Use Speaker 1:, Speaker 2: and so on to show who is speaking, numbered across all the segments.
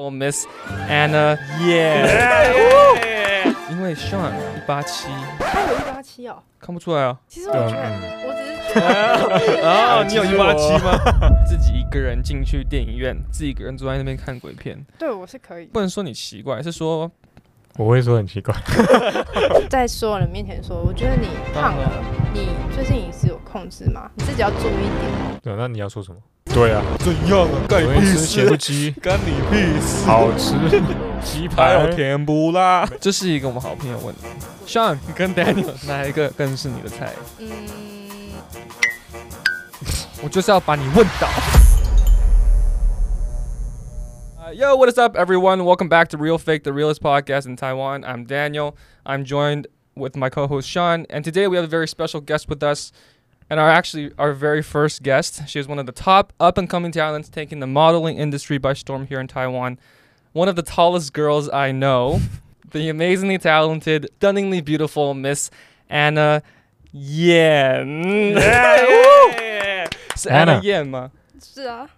Speaker 1: Miss Anna Ye，因为 Sean 一八七，
Speaker 2: 他有一八七哦。
Speaker 1: 看不出来啊。
Speaker 2: 其实我觉得，
Speaker 3: 嗯
Speaker 2: 我只是觉
Speaker 1: 啊，你有
Speaker 3: 其
Speaker 1: 一
Speaker 3: 实
Speaker 1: 八
Speaker 3: 我
Speaker 1: 七吗？自己一个人进去电影院，自己一个人坐在那边看鬼片，
Speaker 2: 得，对我是可以
Speaker 1: 不能说你奇怪，是说
Speaker 3: 我会说很奇怪，
Speaker 2: 在所有人面前说，我觉得你胖了，你最近饮食有控制吗？你自己要注意一点。
Speaker 3: 对，啊那你要说什么？
Speaker 4: 对啊，怎样啊？干
Speaker 3: 我
Speaker 4: 你
Speaker 3: 会
Speaker 4: 屁
Speaker 3: 吃咸
Speaker 1: 哎
Speaker 4: 事！
Speaker 3: 鸡，
Speaker 4: 干你屁事！
Speaker 3: 好吃，鸡
Speaker 1: 哎
Speaker 4: 还
Speaker 3: 排
Speaker 4: 有，甜不辣。
Speaker 1: 这是一个我们好朋友问的，Sean 跟 Daniel 哪一个更是你的菜？
Speaker 2: 嗯，
Speaker 1: 我就是要把你问倒。Uh, yo, what is up, everyone? Welcome back to Real Fake, the realest podcast in Taiwan. I'm Daniel. I'm joined with my co-host Sean, and today we have a very special guest with us, and our actually our very first guest. She is one of the top up-and-coming talents taking the modeling industry by storm here in Taiwan. One of the tallest girls I know, the amazingly talented, stunningly beautiful Miss Anna Yan. Yeah! 是 Anna
Speaker 3: Anna
Speaker 1: Yan 吗？
Speaker 2: 是啊，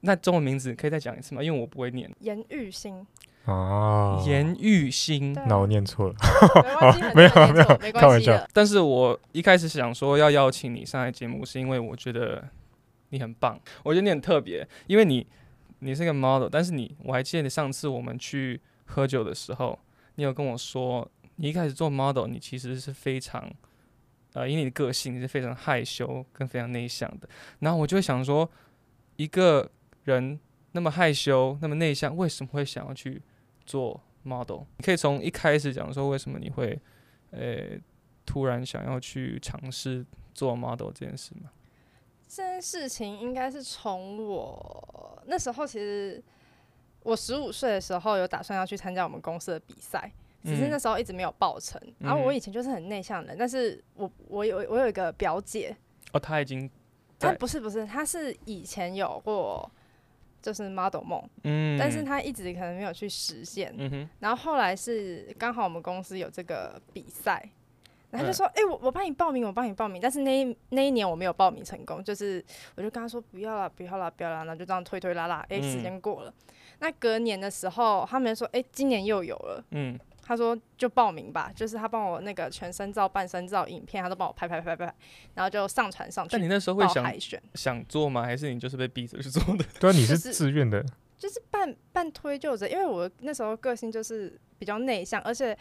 Speaker 1: 那中文名字可以再讲一次吗？因为我不会念。
Speaker 2: 严玉 心，
Speaker 3: 哦，
Speaker 1: 严玉兴
Speaker 2: 对，
Speaker 3: 那我念错了，
Speaker 2: 没关系，很
Speaker 3: 没有
Speaker 2: 多人
Speaker 3: 没有
Speaker 2: 错没
Speaker 3: 开
Speaker 2: 关
Speaker 3: 玩
Speaker 2: 系
Speaker 3: 笑
Speaker 2: 的。
Speaker 1: 但是我一开始想说要邀请你上来节目，是因为我觉得你很棒，我觉得你很特别，因为你你是个 model，但是你我还记得上次我们去喝酒的时候，你有跟我说，你一开始做 model，你其实是非常。呃，以你的个性你是非常害羞跟非常内向的，然后我就会想说，一个人那么害羞、那么内向，为什么会想要去做 model？你可以从一开始讲说，为什么你会，呃，突然想要去尝试做 model 这件事吗？
Speaker 2: 这件事情应该是从我那时候，其实我十五岁的时候有打算要去参加我们公司的比赛，只
Speaker 3: 嗯
Speaker 2: 是那时候一直没有报成。然后我
Speaker 1: 嗯
Speaker 2: 以前就是很内向的人，但是我我有我有一个表姐，
Speaker 1: 哦，他已经，
Speaker 2: 她
Speaker 1: 对
Speaker 2: 不是不是，她是以前有过就是 model 梦，
Speaker 1: 嗯，
Speaker 2: 但是，她一直可能没有去实现。
Speaker 1: 嗯哼，
Speaker 2: 然后后来是刚好我们公司有这个比赛，然后
Speaker 1: 嗯
Speaker 2: 他就说：“哎、我我帮你报名，我帮你报名。”但是那一那一年我没有报名成功，就是我就跟他说：“不要啦，不要啦，不要啦。”然后就这样推推拉拉，哎、
Speaker 1: 嗯
Speaker 2: 时间过了。那隔年的时候，他们说：“哎、今年又有了。
Speaker 1: 嗯，”
Speaker 2: 他说：“就报名吧。”就是他帮我那个全身照、半身照影片，他都帮我拍拍拍拍拍，然后就上传上
Speaker 1: 但你
Speaker 2: 去
Speaker 1: 那时候会
Speaker 2: 报
Speaker 1: 想
Speaker 2: 海选，
Speaker 1: 想做吗？还是你就是被逼着去做 的？
Speaker 3: 对啊，你
Speaker 2: 就是是
Speaker 3: 自愿的，
Speaker 2: 就是半半推就着，因为我那时候个性就是比较内向，而且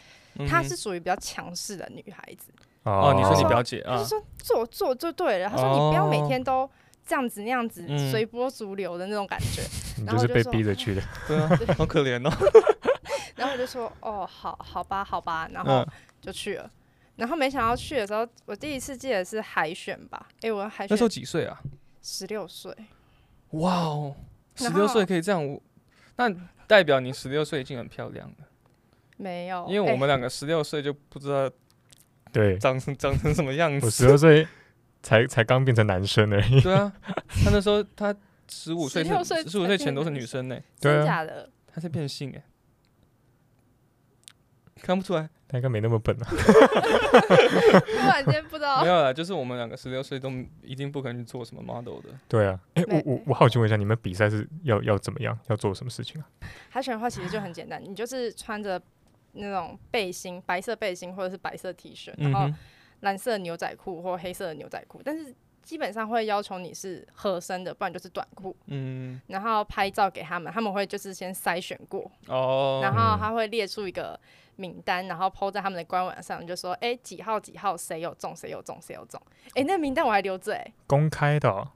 Speaker 2: 她
Speaker 1: 嗯哼
Speaker 2: 是属于比较强势的女孩子。
Speaker 1: 哦，你说你
Speaker 2: 不要
Speaker 1: 表姐
Speaker 2: 他
Speaker 1: 啊哦
Speaker 2: 就，说做做就对了。他说你不要每天都这样子那样子
Speaker 1: 嗯
Speaker 2: 随波逐流的那种感觉。
Speaker 3: 你
Speaker 2: 然后
Speaker 3: 就是
Speaker 2: 就
Speaker 3: 被
Speaker 2: 说
Speaker 3: 逼着去的，
Speaker 1: 对啊，好可怜哦。
Speaker 2: 然后我就说哦，好好吧，好吧，然后
Speaker 1: 嗯，
Speaker 2: 就去了。然后没想到去的时候，我第一次记得是海选吧？诶，我海
Speaker 1: 那时候
Speaker 2: 选
Speaker 1: 几岁啊？
Speaker 2: 十六岁，
Speaker 1: 哇哦，十
Speaker 2: 然
Speaker 1: 六
Speaker 2: 后
Speaker 1: 岁可以这样，我那代表你十六岁已经很漂亮了，
Speaker 2: 没有，
Speaker 1: 因为我
Speaker 2: 诶
Speaker 1: 们两个十六岁就不知道
Speaker 3: 对
Speaker 1: 长成长成什么样
Speaker 3: 我
Speaker 1: 子。
Speaker 3: 十二岁才才刚变成男生而已，
Speaker 1: 对啊，他那时候他十五岁，
Speaker 2: 16岁
Speaker 1: 十五岁前都是
Speaker 2: 才变
Speaker 1: 女
Speaker 2: 男
Speaker 1: 生呢、
Speaker 3: 对
Speaker 2: 真
Speaker 3: 啊
Speaker 2: 假的，
Speaker 1: 她在变性哎、
Speaker 2: 嗯
Speaker 1: 看不出来，
Speaker 3: 他应该没那么笨啊，
Speaker 2: 突然间不知道
Speaker 1: 没。有啦，就是我们两个十六岁都一定不可能去做什么 model 的。
Speaker 3: 对啊，哎，我
Speaker 2: 没
Speaker 3: 我我好奇问一下，你们比赛是要要怎么样，要做什么事情啊？
Speaker 2: 海选的话其实就很简单，你就是穿着那种背心，白色背心或者是白色 T 恤，然
Speaker 1: 嗯
Speaker 2: 后
Speaker 1: 哼，
Speaker 2: 蓝色牛仔裤或黑色的牛仔裤，但是基本上会要求你是合身的，不然就是短裤。
Speaker 1: 嗯，
Speaker 2: 然后拍照给他们，他们会就是先筛选过，然
Speaker 1: 哦，
Speaker 2: 后他会列出一个名单，然后 PO 在他们的官网上，就说哎几号几号谁有中谁有中谁有中，哎那名单我还留着哎、
Speaker 3: 公开的哦，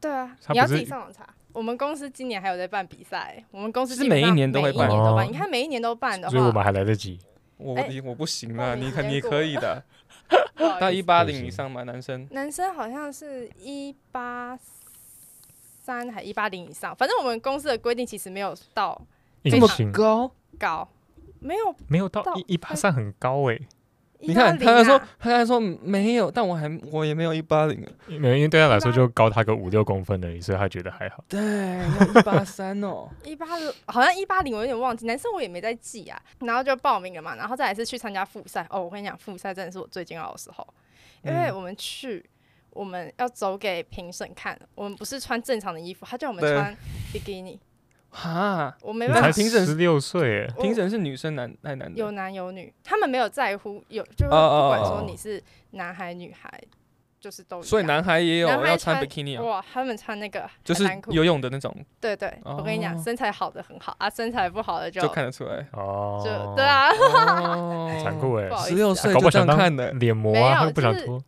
Speaker 2: 对啊，
Speaker 3: 他
Speaker 2: 你要
Speaker 3: 不
Speaker 2: 自
Speaker 3: 是
Speaker 2: 己上网查。我们公司今年还有在办比赛，我们公司
Speaker 1: 是
Speaker 2: 基本上
Speaker 1: 每一年都会办
Speaker 2: 每一年都办。
Speaker 3: 哦
Speaker 2: 你看每一年都办的话，
Speaker 3: 所以我们还来得及，
Speaker 1: 我
Speaker 2: 哎
Speaker 1: 你我不行
Speaker 2: 报
Speaker 1: 啊，
Speaker 2: 名
Speaker 1: 你
Speaker 2: 时
Speaker 1: 看
Speaker 2: 间
Speaker 1: 你
Speaker 2: 过
Speaker 1: 可
Speaker 2: 了
Speaker 1: 以的，
Speaker 2: 不好意思
Speaker 1: 到一八零以
Speaker 3: 不行
Speaker 1: 上嘛，男生。
Speaker 2: 男生好像是一八三还一八零以上，反正我们公司的规定其实没有到
Speaker 1: 这
Speaker 3: 硬
Speaker 1: 么
Speaker 3: 性
Speaker 1: 高？
Speaker 2: 高，没有
Speaker 3: 没有到
Speaker 2: 到
Speaker 3: 一一八三很高哎，
Speaker 1: 你看他
Speaker 2: 在
Speaker 1: 才说，他才说没有，但我还我也没有一八零。啊
Speaker 3: 没有，因为对他来说就高他个五六公分而已，所以他觉得还好。
Speaker 1: 对，一八三哦。
Speaker 2: 一八好像一八零，我有点忘记，男生我也没在记啊。然后就报名了嘛，然后再来是去参加复赛。哦，我跟你讲，复赛真的是我最煎熬的时候，因为
Speaker 1: 嗯
Speaker 2: 我们去，我们要走给评审看，我们不是穿正常的衣服，他叫我们
Speaker 1: 对
Speaker 2: 穿比基尼，
Speaker 1: 哈，
Speaker 2: 我没
Speaker 3: 你
Speaker 2: 办
Speaker 3: 才
Speaker 2: 法，
Speaker 1: 评审
Speaker 3: 十六岁耶，
Speaker 2: 我
Speaker 1: 评审是女生男还是男的？
Speaker 2: 有男有女，他们没有在乎有，就是不
Speaker 1: 哦哦
Speaker 2: 管
Speaker 1: 哦
Speaker 2: 说
Speaker 1: 哦
Speaker 2: 你是男孩女孩，就是都一
Speaker 1: 所以
Speaker 2: 样
Speaker 1: 男孩也有
Speaker 2: 男孩
Speaker 1: 要穿
Speaker 2: 穿
Speaker 1: bikini 啊，
Speaker 2: 哇，他们穿那个
Speaker 1: 就是
Speaker 2: 很难裤
Speaker 1: 游泳的那种，
Speaker 2: 对对，我跟你讲，
Speaker 1: 哦
Speaker 2: 身材好的很好啊，身材不好的就
Speaker 1: 就看得出 来。
Speaker 3: 哦
Speaker 2: 就，对，啊，
Speaker 1: 哦
Speaker 3: 残酷哎
Speaker 2: 不，好意
Speaker 1: 十
Speaker 2: 思
Speaker 1: 六
Speaker 2: 啊
Speaker 1: 岁
Speaker 3: 搞不
Speaker 1: 就
Speaker 3: 好
Speaker 1: 这样
Speaker 3: 想当
Speaker 1: 看的。
Speaker 3: 脸模
Speaker 2: 没有
Speaker 3: 啊，他又不想
Speaker 2: 就是
Speaker 3: 脱，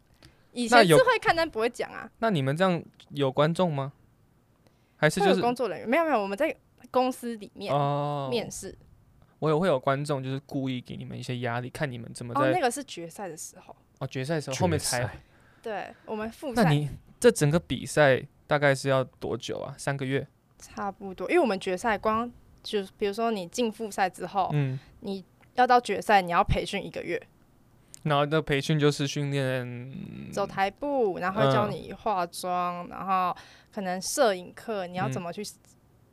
Speaker 1: 那
Speaker 2: 以前是
Speaker 1: 有
Speaker 2: 会看，但不会讲啊。
Speaker 1: 那你们这样有观众吗？还是
Speaker 2: 会
Speaker 1: 就
Speaker 2: 有
Speaker 1: 是
Speaker 2: 工作人员，没有没有，我们在公司里面
Speaker 1: 哦，
Speaker 2: 面试，
Speaker 1: 我有会有观众就是故意给你们一些压力，看你们怎么
Speaker 2: 哦，那
Speaker 1: 在
Speaker 2: 个是决赛的时候，
Speaker 1: 哦决赛的时候后面
Speaker 3: 决
Speaker 1: 才
Speaker 3: 赛。
Speaker 2: 对我们复
Speaker 1: 那
Speaker 2: 赛
Speaker 1: 你这整个比赛大概是要多久啊？三个月？
Speaker 2: 差不多，因为我们决赛光就是比如说你进复赛之后，
Speaker 1: 嗯，
Speaker 2: 你要到决赛，你要培训一个月，
Speaker 1: 然后那培训就是训练
Speaker 2: 走台步，然后会教
Speaker 1: 嗯
Speaker 2: 你化妆，然后可能摄影课你要怎么去，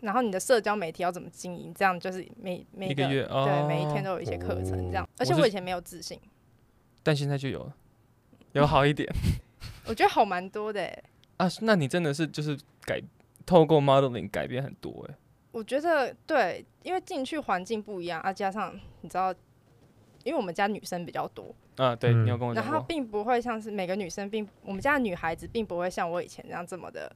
Speaker 2: 然后你的社交媒体要怎么经营，这样就是每每
Speaker 1: 一个月哦，
Speaker 2: 对，每一天都有一些课程这样。而且
Speaker 1: 我是
Speaker 2: 我以前没有自信，
Speaker 1: 但现在就有了，有好 一点
Speaker 2: 我觉得好蛮多的欸、
Speaker 1: 啊。那你真的是就是改透过 modeling 改变很多哎、
Speaker 2: 我觉得对，因为进去环境不一样啊，加上你知道，因为我们家女生比较多，
Speaker 1: 啊，对、
Speaker 3: 嗯
Speaker 1: 你有跟我讲
Speaker 2: 哦然后
Speaker 1: 过，
Speaker 2: 并不会像是每个女生并我们家的女孩子并不会像我以前那样这么的，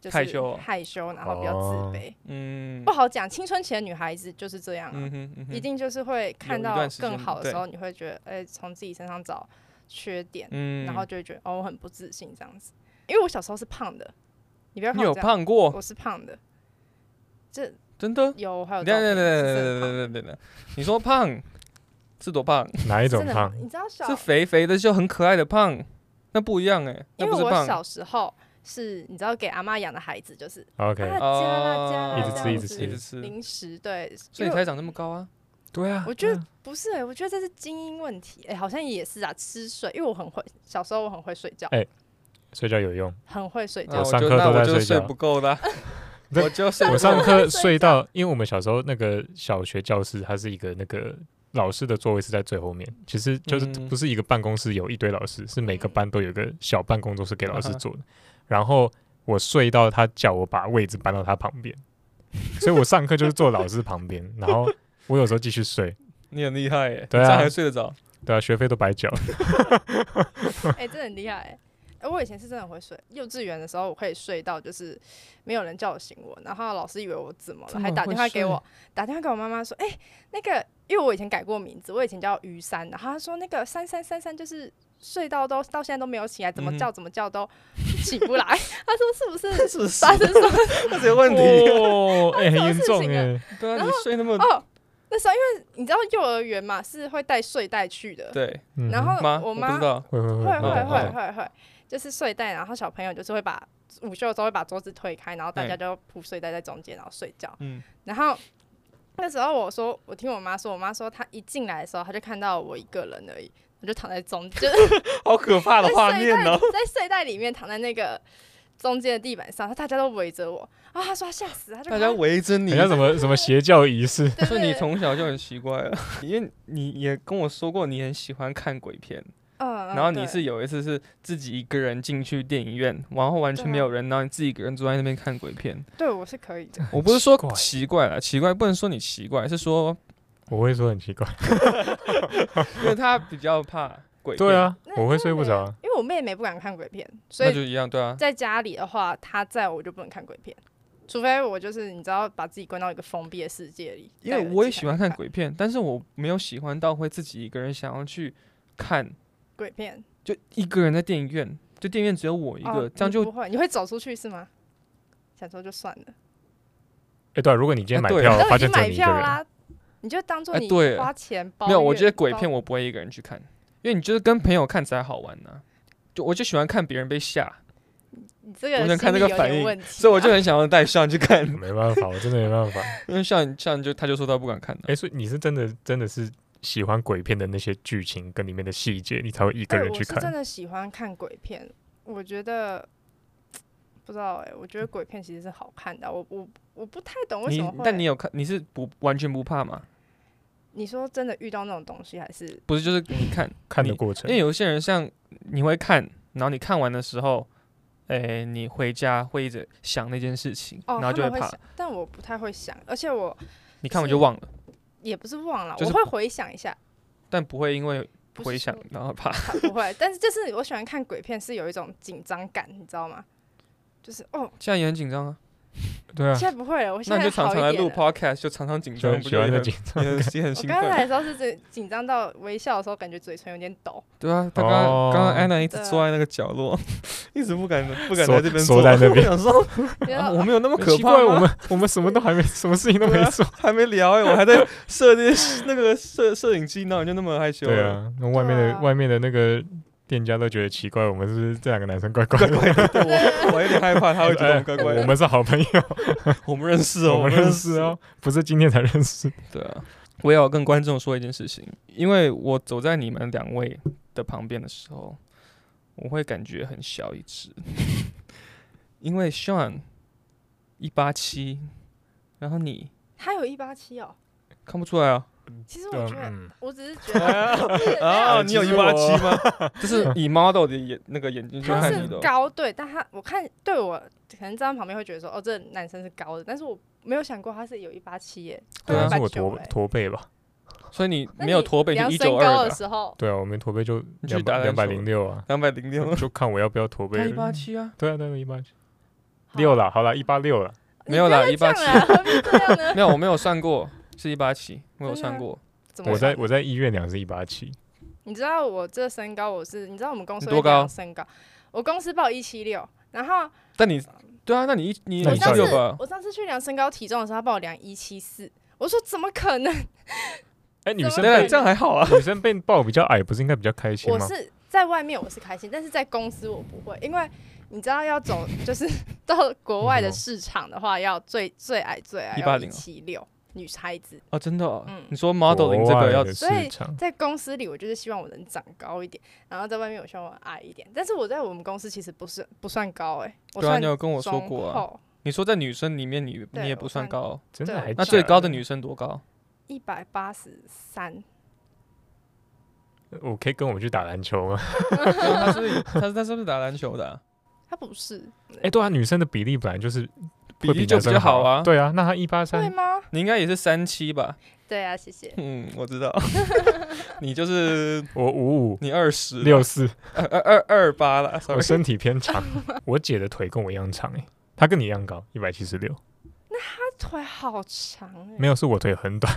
Speaker 2: 就是
Speaker 1: 害羞啊
Speaker 2: 害羞，哦然后比较自
Speaker 3: 哦
Speaker 2: 卑，
Speaker 1: 嗯
Speaker 2: 不好讲。青春期的女孩子就是这样、啊，
Speaker 1: 嗯哼嗯哼，
Speaker 2: 一定就是会看
Speaker 1: 有一
Speaker 2: 到
Speaker 1: 段时
Speaker 2: 更
Speaker 1: 间
Speaker 2: 好的
Speaker 1: 对
Speaker 2: 时候，你会觉得，哎、从自己身上找缺点，
Speaker 1: 嗯，
Speaker 2: 然后就会觉得，哦，我很不自信这样子。因为我小时候是胖的，你不要
Speaker 1: 你
Speaker 2: 看
Speaker 1: 有
Speaker 2: 我这样，
Speaker 1: 胖过，
Speaker 2: 我是胖的，这
Speaker 1: 真的？
Speaker 2: 有我还有
Speaker 1: 等
Speaker 2: 照
Speaker 1: 等
Speaker 2: 片
Speaker 1: 等等
Speaker 2: 是真的
Speaker 1: 等
Speaker 2: 胖
Speaker 1: 等等等，你说胖是多胖？
Speaker 3: 哪一
Speaker 2: 是
Speaker 3: 种
Speaker 2: 真的
Speaker 3: 胖
Speaker 2: 吗？你知道小
Speaker 1: 是肥肥的就很可爱的胖，那不一样哎、那
Speaker 2: 因为
Speaker 1: 不是
Speaker 2: 我
Speaker 1: 胖
Speaker 2: 小时候是你知道给阿妈养的孩子，就是
Speaker 3: ？OK，
Speaker 2: 啊加
Speaker 1: 哦
Speaker 2: 啦加啦，
Speaker 3: 一直吃
Speaker 2: 这样
Speaker 3: 一直
Speaker 2: 子
Speaker 3: 吃
Speaker 1: 一直吃，
Speaker 2: 零食对，
Speaker 1: 嗯所以
Speaker 2: 因
Speaker 1: 你
Speaker 2: 为
Speaker 1: 才嗯长这么高啊？
Speaker 3: 对啊
Speaker 2: 我觉得不是、欸，我觉得这是基因问题，哎、好像也是啊，吃睡，因为我很会，小时候我很会睡觉，
Speaker 3: 哎睡觉有用。
Speaker 2: 很会睡觉
Speaker 1: 那，
Speaker 3: 我
Speaker 1: 我
Speaker 3: 上
Speaker 1: 就
Speaker 3: 课
Speaker 1: 那
Speaker 3: 都
Speaker 1: 我
Speaker 3: 在
Speaker 1: 就
Speaker 3: 睡
Speaker 1: 睡
Speaker 3: 觉
Speaker 1: 不够啦，
Speaker 3: 对
Speaker 1: 我就睡不够
Speaker 3: 我上
Speaker 1: 了。
Speaker 3: 课睡到，因为我们小时候那个小学教室，它是一个那个老师的座位是在最后面，其实就是
Speaker 1: 嗯
Speaker 3: 不是一个办公室有一堆老师，是每个
Speaker 2: 嗯
Speaker 3: 班都有个小办公桌是给老师
Speaker 1: 啊哈
Speaker 3: 坐的。然后我睡到他叫我把位置搬到他旁边，所以我上课就是坐老师旁边，然后我有时候继续睡，
Speaker 1: 你很厉害耶，
Speaker 3: 对
Speaker 1: 你这样
Speaker 3: 啊
Speaker 1: 还睡得着？
Speaker 3: 对啊，学费都白缴。
Speaker 2: 哎、真的很厉害、欸。哎我以前是真的很会睡，幼稚园的时候我可以睡到就是没有人叫我醒我，然后老师以为我怎么
Speaker 1: 这
Speaker 2: 了，
Speaker 1: 么
Speaker 2: 还打
Speaker 1: 会
Speaker 2: 电话给我
Speaker 1: 睡，
Speaker 2: 打电话给我妈妈说，哎、那个因为我以前改过名字，我以前叫于珊，然后她说那个三三三三就是睡到都到现在都没有起来，
Speaker 1: 嗯
Speaker 2: 怎么
Speaker 1: 哼
Speaker 2: 叫怎么叫都起不来， 她说是不 是
Speaker 1: 是不是
Speaker 2: 发生什么？
Speaker 1: 那有问题？
Speaker 3: 哦，哎、很严
Speaker 2: 事
Speaker 3: 重
Speaker 2: 情啊
Speaker 3: 哎、
Speaker 1: 对啊，你睡那么
Speaker 2: 哦，那时候因为你知道幼儿园嘛是会带睡袋去的，
Speaker 1: 对
Speaker 3: 嗯
Speaker 2: 然后
Speaker 1: 吗？
Speaker 2: 哦我
Speaker 1: 不
Speaker 2: 妈
Speaker 1: 知道，
Speaker 3: 会会
Speaker 2: 会
Speaker 3: 会
Speaker 2: 会
Speaker 1: 哦
Speaker 2: 会会会，就是睡袋，然后小朋友就是会把午休的时候会把桌子推开，然后大
Speaker 1: 对
Speaker 2: 家就铺睡袋在中间，然后睡觉。
Speaker 1: 嗯，
Speaker 2: 然后那时候我说，我听我妈说，我妈说她一进来的时候，她就看到我一个人而已，我就躺在中间，就是
Speaker 1: 好可怕
Speaker 2: 在
Speaker 1: 的 画
Speaker 2: 睡
Speaker 1: 面
Speaker 2: 袋
Speaker 1: 哦。
Speaker 2: 在睡袋里面躺在那个中间的地板上，大家都围着我啊，她说她吓死，她就
Speaker 1: 大家
Speaker 2: 赶快
Speaker 1: 围着你
Speaker 3: 人，家什么什么邪教仪式，
Speaker 2: 对
Speaker 1: 所以
Speaker 2: 对
Speaker 1: 你
Speaker 2: 对
Speaker 1: 从小就很奇怪了， 因为你也跟我说过你很喜欢看鬼片，
Speaker 2: 嗯，嗯
Speaker 1: 然后你
Speaker 2: 对
Speaker 1: 是有一次是自己一个人进去电影院，然后完全
Speaker 2: 对啊
Speaker 1: 没有人，然后你自己一个人坐在那边看鬼片。
Speaker 2: 对我是可以的，
Speaker 1: 我不是说
Speaker 3: 奇怪
Speaker 1: 奇怪了，奇怪不能说你奇怪，是 说
Speaker 3: 我会说很奇怪。
Speaker 1: 因为他比较怕鬼片。
Speaker 3: 对，啊
Speaker 2: 那，
Speaker 3: 我会睡不
Speaker 2: 真的
Speaker 3: 着啊。
Speaker 2: 因为我妹妹不敢看鬼片，所
Speaker 1: 那
Speaker 2: 以
Speaker 1: 就一样，对啊。
Speaker 2: 在家里的话，他在我就不能看鬼片，除非我就是你知道把自己关到一个封闭的世界里。
Speaker 1: 因为
Speaker 2: 戴耳
Speaker 1: 我也
Speaker 2: 机
Speaker 1: 喜欢看鬼片，但是我没有喜欢到会自己一个人想要去看，
Speaker 2: 鬼片，
Speaker 1: 就一个人在电影院，就电影院只有我一个，
Speaker 2: 哦
Speaker 1: 这样
Speaker 2: 你
Speaker 1: 就
Speaker 2: 不会，你会走出去是吗？想说就算了，
Speaker 3: 哎、对、啊，如果你今天
Speaker 1: 啊
Speaker 3: 买
Speaker 1: 对
Speaker 3: 票，
Speaker 2: 都
Speaker 3: 发
Speaker 2: 已
Speaker 3: 现
Speaker 2: 经
Speaker 3: 只有
Speaker 2: 买
Speaker 3: 你一个人
Speaker 2: 票，啊啦，你就当做
Speaker 1: 哎
Speaker 2: 你
Speaker 1: 对
Speaker 2: 花钱包月。
Speaker 1: 没有。我觉得鬼
Speaker 2: 包
Speaker 1: 片我不会一个人去看，因为你就是跟朋友看才好玩呢、就我就喜欢看别人被吓，
Speaker 2: 你这
Speaker 1: 我
Speaker 2: 个
Speaker 1: 能看那
Speaker 2: 心理
Speaker 1: 个
Speaker 2: 有
Speaker 1: 反
Speaker 2: 点
Speaker 1: 应
Speaker 2: 问题啊，
Speaker 1: 所以我就很想要带上去看，
Speaker 3: 没办法，我真的没办法。
Speaker 1: 因为像像就他就说他不敢看的、
Speaker 3: 哎、所以你是真的真的是喜欢鬼片的那些剧情跟里面的细节，你才会一个
Speaker 2: 对
Speaker 3: 人
Speaker 2: 哦我
Speaker 3: 去
Speaker 2: 是真
Speaker 3: 看。
Speaker 2: 的喜欢看鬼片，我觉得。不知道哎、我觉得鬼片其实是好看的啊，我我我不太懂为什
Speaker 1: 你
Speaker 2: 么会。
Speaker 1: 但你有看你是不完全不怕吗？
Speaker 2: 你说真的遇到那种东西，还是
Speaker 1: 不是，就是你看，
Speaker 3: 嗯看
Speaker 1: 你
Speaker 3: 的过
Speaker 1: 因
Speaker 3: 程
Speaker 1: 为有一些人像你会看，然后你看完的时候，哎、诶、你回家会一直想那件事情，
Speaker 2: 哦，
Speaker 1: 然后
Speaker 2: 他
Speaker 1: 就
Speaker 2: 们
Speaker 1: 怕
Speaker 2: 想，但我不太会想，而且我
Speaker 1: 你看完
Speaker 2: 是
Speaker 1: 就忘了，
Speaker 2: 也不是忘了，
Speaker 1: 就是
Speaker 2: 我会回想一下，
Speaker 1: 但不会因为
Speaker 2: 不是
Speaker 1: 回想
Speaker 2: 说
Speaker 1: 然后怕。
Speaker 2: 他不会，但是就是我喜欢看鬼片，是有一种紧张感，你知道吗？就是哦，
Speaker 1: 现在也很紧张啊，
Speaker 3: 对啊，
Speaker 2: 现在不会了，我现
Speaker 1: 那你
Speaker 2: 在
Speaker 1: 就常
Speaker 2: 好
Speaker 1: 常
Speaker 2: 一
Speaker 1: 来录
Speaker 2: 点了。
Speaker 1: podcast，就常常紧
Speaker 3: 喜
Speaker 1: 张，
Speaker 3: 欢
Speaker 1: 不
Speaker 3: 喜
Speaker 1: 就也
Speaker 3: 欢
Speaker 1: 很
Speaker 3: 紧
Speaker 1: 也很也很
Speaker 2: 我
Speaker 1: 兴
Speaker 2: 刚
Speaker 1: 奋？
Speaker 2: 才的时候是真紧张到微笑的时候，感觉嘴唇有点 抖。
Speaker 1: 对啊，他刚刚刚刚
Speaker 3: 哦
Speaker 1: 安娜一直
Speaker 2: 对啊
Speaker 1: 坐在那个角落， 一直不敢不敢
Speaker 3: 缩
Speaker 1: 来这边
Speaker 3: 缩
Speaker 1: 坐
Speaker 3: 在那 边
Speaker 1: 我想说，
Speaker 2: 觉
Speaker 1: 啊
Speaker 2: 得
Speaker 1: 我没有那么可
Speaker 3: 奇
Speaker 1: 怕
Speaker 3: 怪，
Speaker 1: 吗，
Speaker 3: 我们我们什么都还没，什么事情都没
Speaker 1: 对啊
Speaker 3: 做。
Speaker 1: 还没聊哎，我还在设那些那个摄摄影机，那你就那么害羞
Speaker 3: 对
Speaker 1: 了。
Speaker 3: 啊，那外面
Speaker 2: 对
Speaker 3: 的、
Speaker 2: 啊
Speaker 3: 外面的那个店家都觉得奇怪，我们是不是这两个男生怪怪
Speaker 1: 怪
Speaker 3: 的？
Speaker 1: 怪的，我 我有点害怕，他会觉得我们怪怪
Speaker 3: 哎啊我
Speaker 1: 的。
Speaker 3: 们是好朋友，
Speaker 1: 我们认识哦，
Speaker 3: 我们认识哦，不是今天才认识。
Speaker 1: 对啊，我也要跟观众说一件事情，因为我走在你们两位的旁边的时候，我会感觉很小一只， 因为 Sean 一八七，然后你
Speaker 2: 他有一八七哦，
Speaker 1: 看不出来啊，
Speaker 2: 其实
Speaker 3: 对
Speaker 2: 我
Speaker 3: 啊
Speaker 2: 觉得，
Speaker 3: 嗯，
Speaker 2: 我只是 觉得
Speaker 1: 啊，你有
Speaker 3: 其
Speaker 1: 一
Speaker 3: 实
Speaker 1: 八
Speaker 3: 我
Speaker 1: 七 吗？就是以 model 的眼那个眼睛去
Speaker 2: 他
Speaker 1: 看
Speaker 2: 是
Speaker 1: 你的哦，
Speaker 2: 高，对，但他我看对我可能站在旁边会觉得说，哦，这男生是高的，但是我没有想过他是有一八七耶，
Speaker 1: 对啊
Speaker 3: 是嗯我
Speaker 2: 189
Speaker 3: 驼
Speaker 2: 哎
Speaker 3: 驼背吧？
Speaker 1: 所以你
Speaker 2: 那
Speaker 1: 没有
Speaker 2: 你
Speaker 1: 驼背，
Speaker 2: 量
Speaker 1: 你一
Speaker 2: 身
Speaker 1: 九
Speaker 2: 高
Speaker 1: 二
Speaker 2: 的
Speaker 1: 的，
Speaker 2: 时候，
Speaker 3: 对啊，我们驼背就
Speaker 1: 你
Speaker 3: 两
Speaker 1: 去打
Speaker 3: 百两
Speaker 1: 篮
Speaker 3: 百
Speaker 1: 球
Speaker 3: 零 六啊，
Speaker 1: 两百零六，
Speaker 3: 就看我要不要驼
Speaker 1: 他
Speaker 3: 背
Speaker 1: 一。八七啊，
Speaker 3: 对啊，对啊，一八
Speaker 2: 好
Speaker 3: 六，啦，好啦，一八六啦。
Speaker 2: 你
Speaker 1: 没有
Speaker 2: 不要
Speaker 1: 啦
Speaker 2: 再这样
Speaker 1: 187
Speaker 2: 啊啦何必这样 呢？
Speaker 1: 没有，我没有算过，是一八七，我有
Speaker 2: 真的
Speaker 1: 算
Speaker 2: 啊
Speaker 1: 过，
Speaker 2: 怎么
Speaker 3: 我在
Speaker 2: 办？
Speaker 3: 我在医院量是一八七，
Speaker 2: 你知道我这身高我是，你知道我们公司
Speaker 1: 你多
Speaker 2: 会量
Speaker 1: 高
Speaker 2: 身高，我公司报一七六，然后
Speaker 1: 但你对啊，那你一你
Speaker 3: 那
Speaker 1: 一
Speaker 2: 我
Speaker 3: 你
Speaker 1: 七
Speaker 2: 上
Speaker 3: 算
Speaker 1: 六
Speaker 2: 次
Speaker 1: 吧，
Speaker 2: 我上次去量身高体重的时候，他帮我量一七四，我说怎么可能？
Speaker 3: 哎，女
Speaker 2: 怎
Speaker 3: 生
Speaker 2: 么
Speaker 1: 对，
Speaker 2: 会
Speaker 3: 被
Speaker 1: 这样还好
Speaker 2: 嗯
Speaker 1: 啊。
Speaker 3: 女生被抱比较矮，不是应该比较开心
Speaker 2: 我
Speaker 3: 吗？
Speaker 2: 是在外面我是开心，但是在公司我不会，因为你知道要走就是 到国外
Speaker 1: 嗯
Speaker 2: 的市场的话，要最最矮最矮
Speaker 1: 180
Speaker 2: 一七六女孩子。
Speaker 1: 啊，真的、哦
Speaker 2: 嗯
Speaker 1: 你说 modeling 这个要
Speaker 3: 国外的市
Speaker 2: 所以
Speaker 3: 场，
Speaker 2: 在公司里，我就是希望我能长高一点，然后在外面我希望我矮一点。但是我在我们公司其实不是不算高哎、我
Speaker 1: 对啊，
Speaker 2: 算
Speaker 1: 你有跟我说
Speaker 2: 中
Speaker 1: 过啊。
Speaker 2: 后
Speaker 1: 你说在女生里面你你
Speaker 2: 对
Speaker 1: 也不
Speaker 2: 我
Speaker 1: 算
Speaker 2: 算
Speaker 1: 高哦，
Speaker 3: 真
Speaker 2: 对
Speaker 3: 的还
Speaker 1: 那
Speaker 3: 假
Speaker 1: 最
Speaker 3: 的
Speaker 1: 高的女生多高？
Speaker 2: 一百八十三，
Speaker 3: 我可以跟我们去打篮球吗？
Speaker 1: 没有她是不是她是她是不是打篮球的啊、
Speaker 2: 他不是
Speaker 3: 哎、对啊，女生的比例本来就是
Speaker 1: 比
Speaker 3: 会
Speaker 1: 例就
Speaker 3: 男
Speaker 1: 比
Speaker 3: 生
Speaker 1: 较好啊。
Speaker 3: 对啊，那她一八
Speaker 2: 会
Speaker 3: 三，
Speaker 2: 吗？
Speaker 1: 你应该也是三七吧？
Speaker 2: 对啊，谢谢。
Speaker 1: 嗯，我知 道。你就是
Speaker 3: 我五五
Speaker 1: 你二十
Speaker 3: 六四，
Speaker 1: 二二二二八了
Speaker 3: 我
Speaker 1: ，sorry。
Speaker 3: 身体 偏长。我姐的腿跟我一样长、哎，她跟你一样高，一百七十六。
Speaker 2: 他腿好长哎、
Speaker 3: 没有，是我腿很短。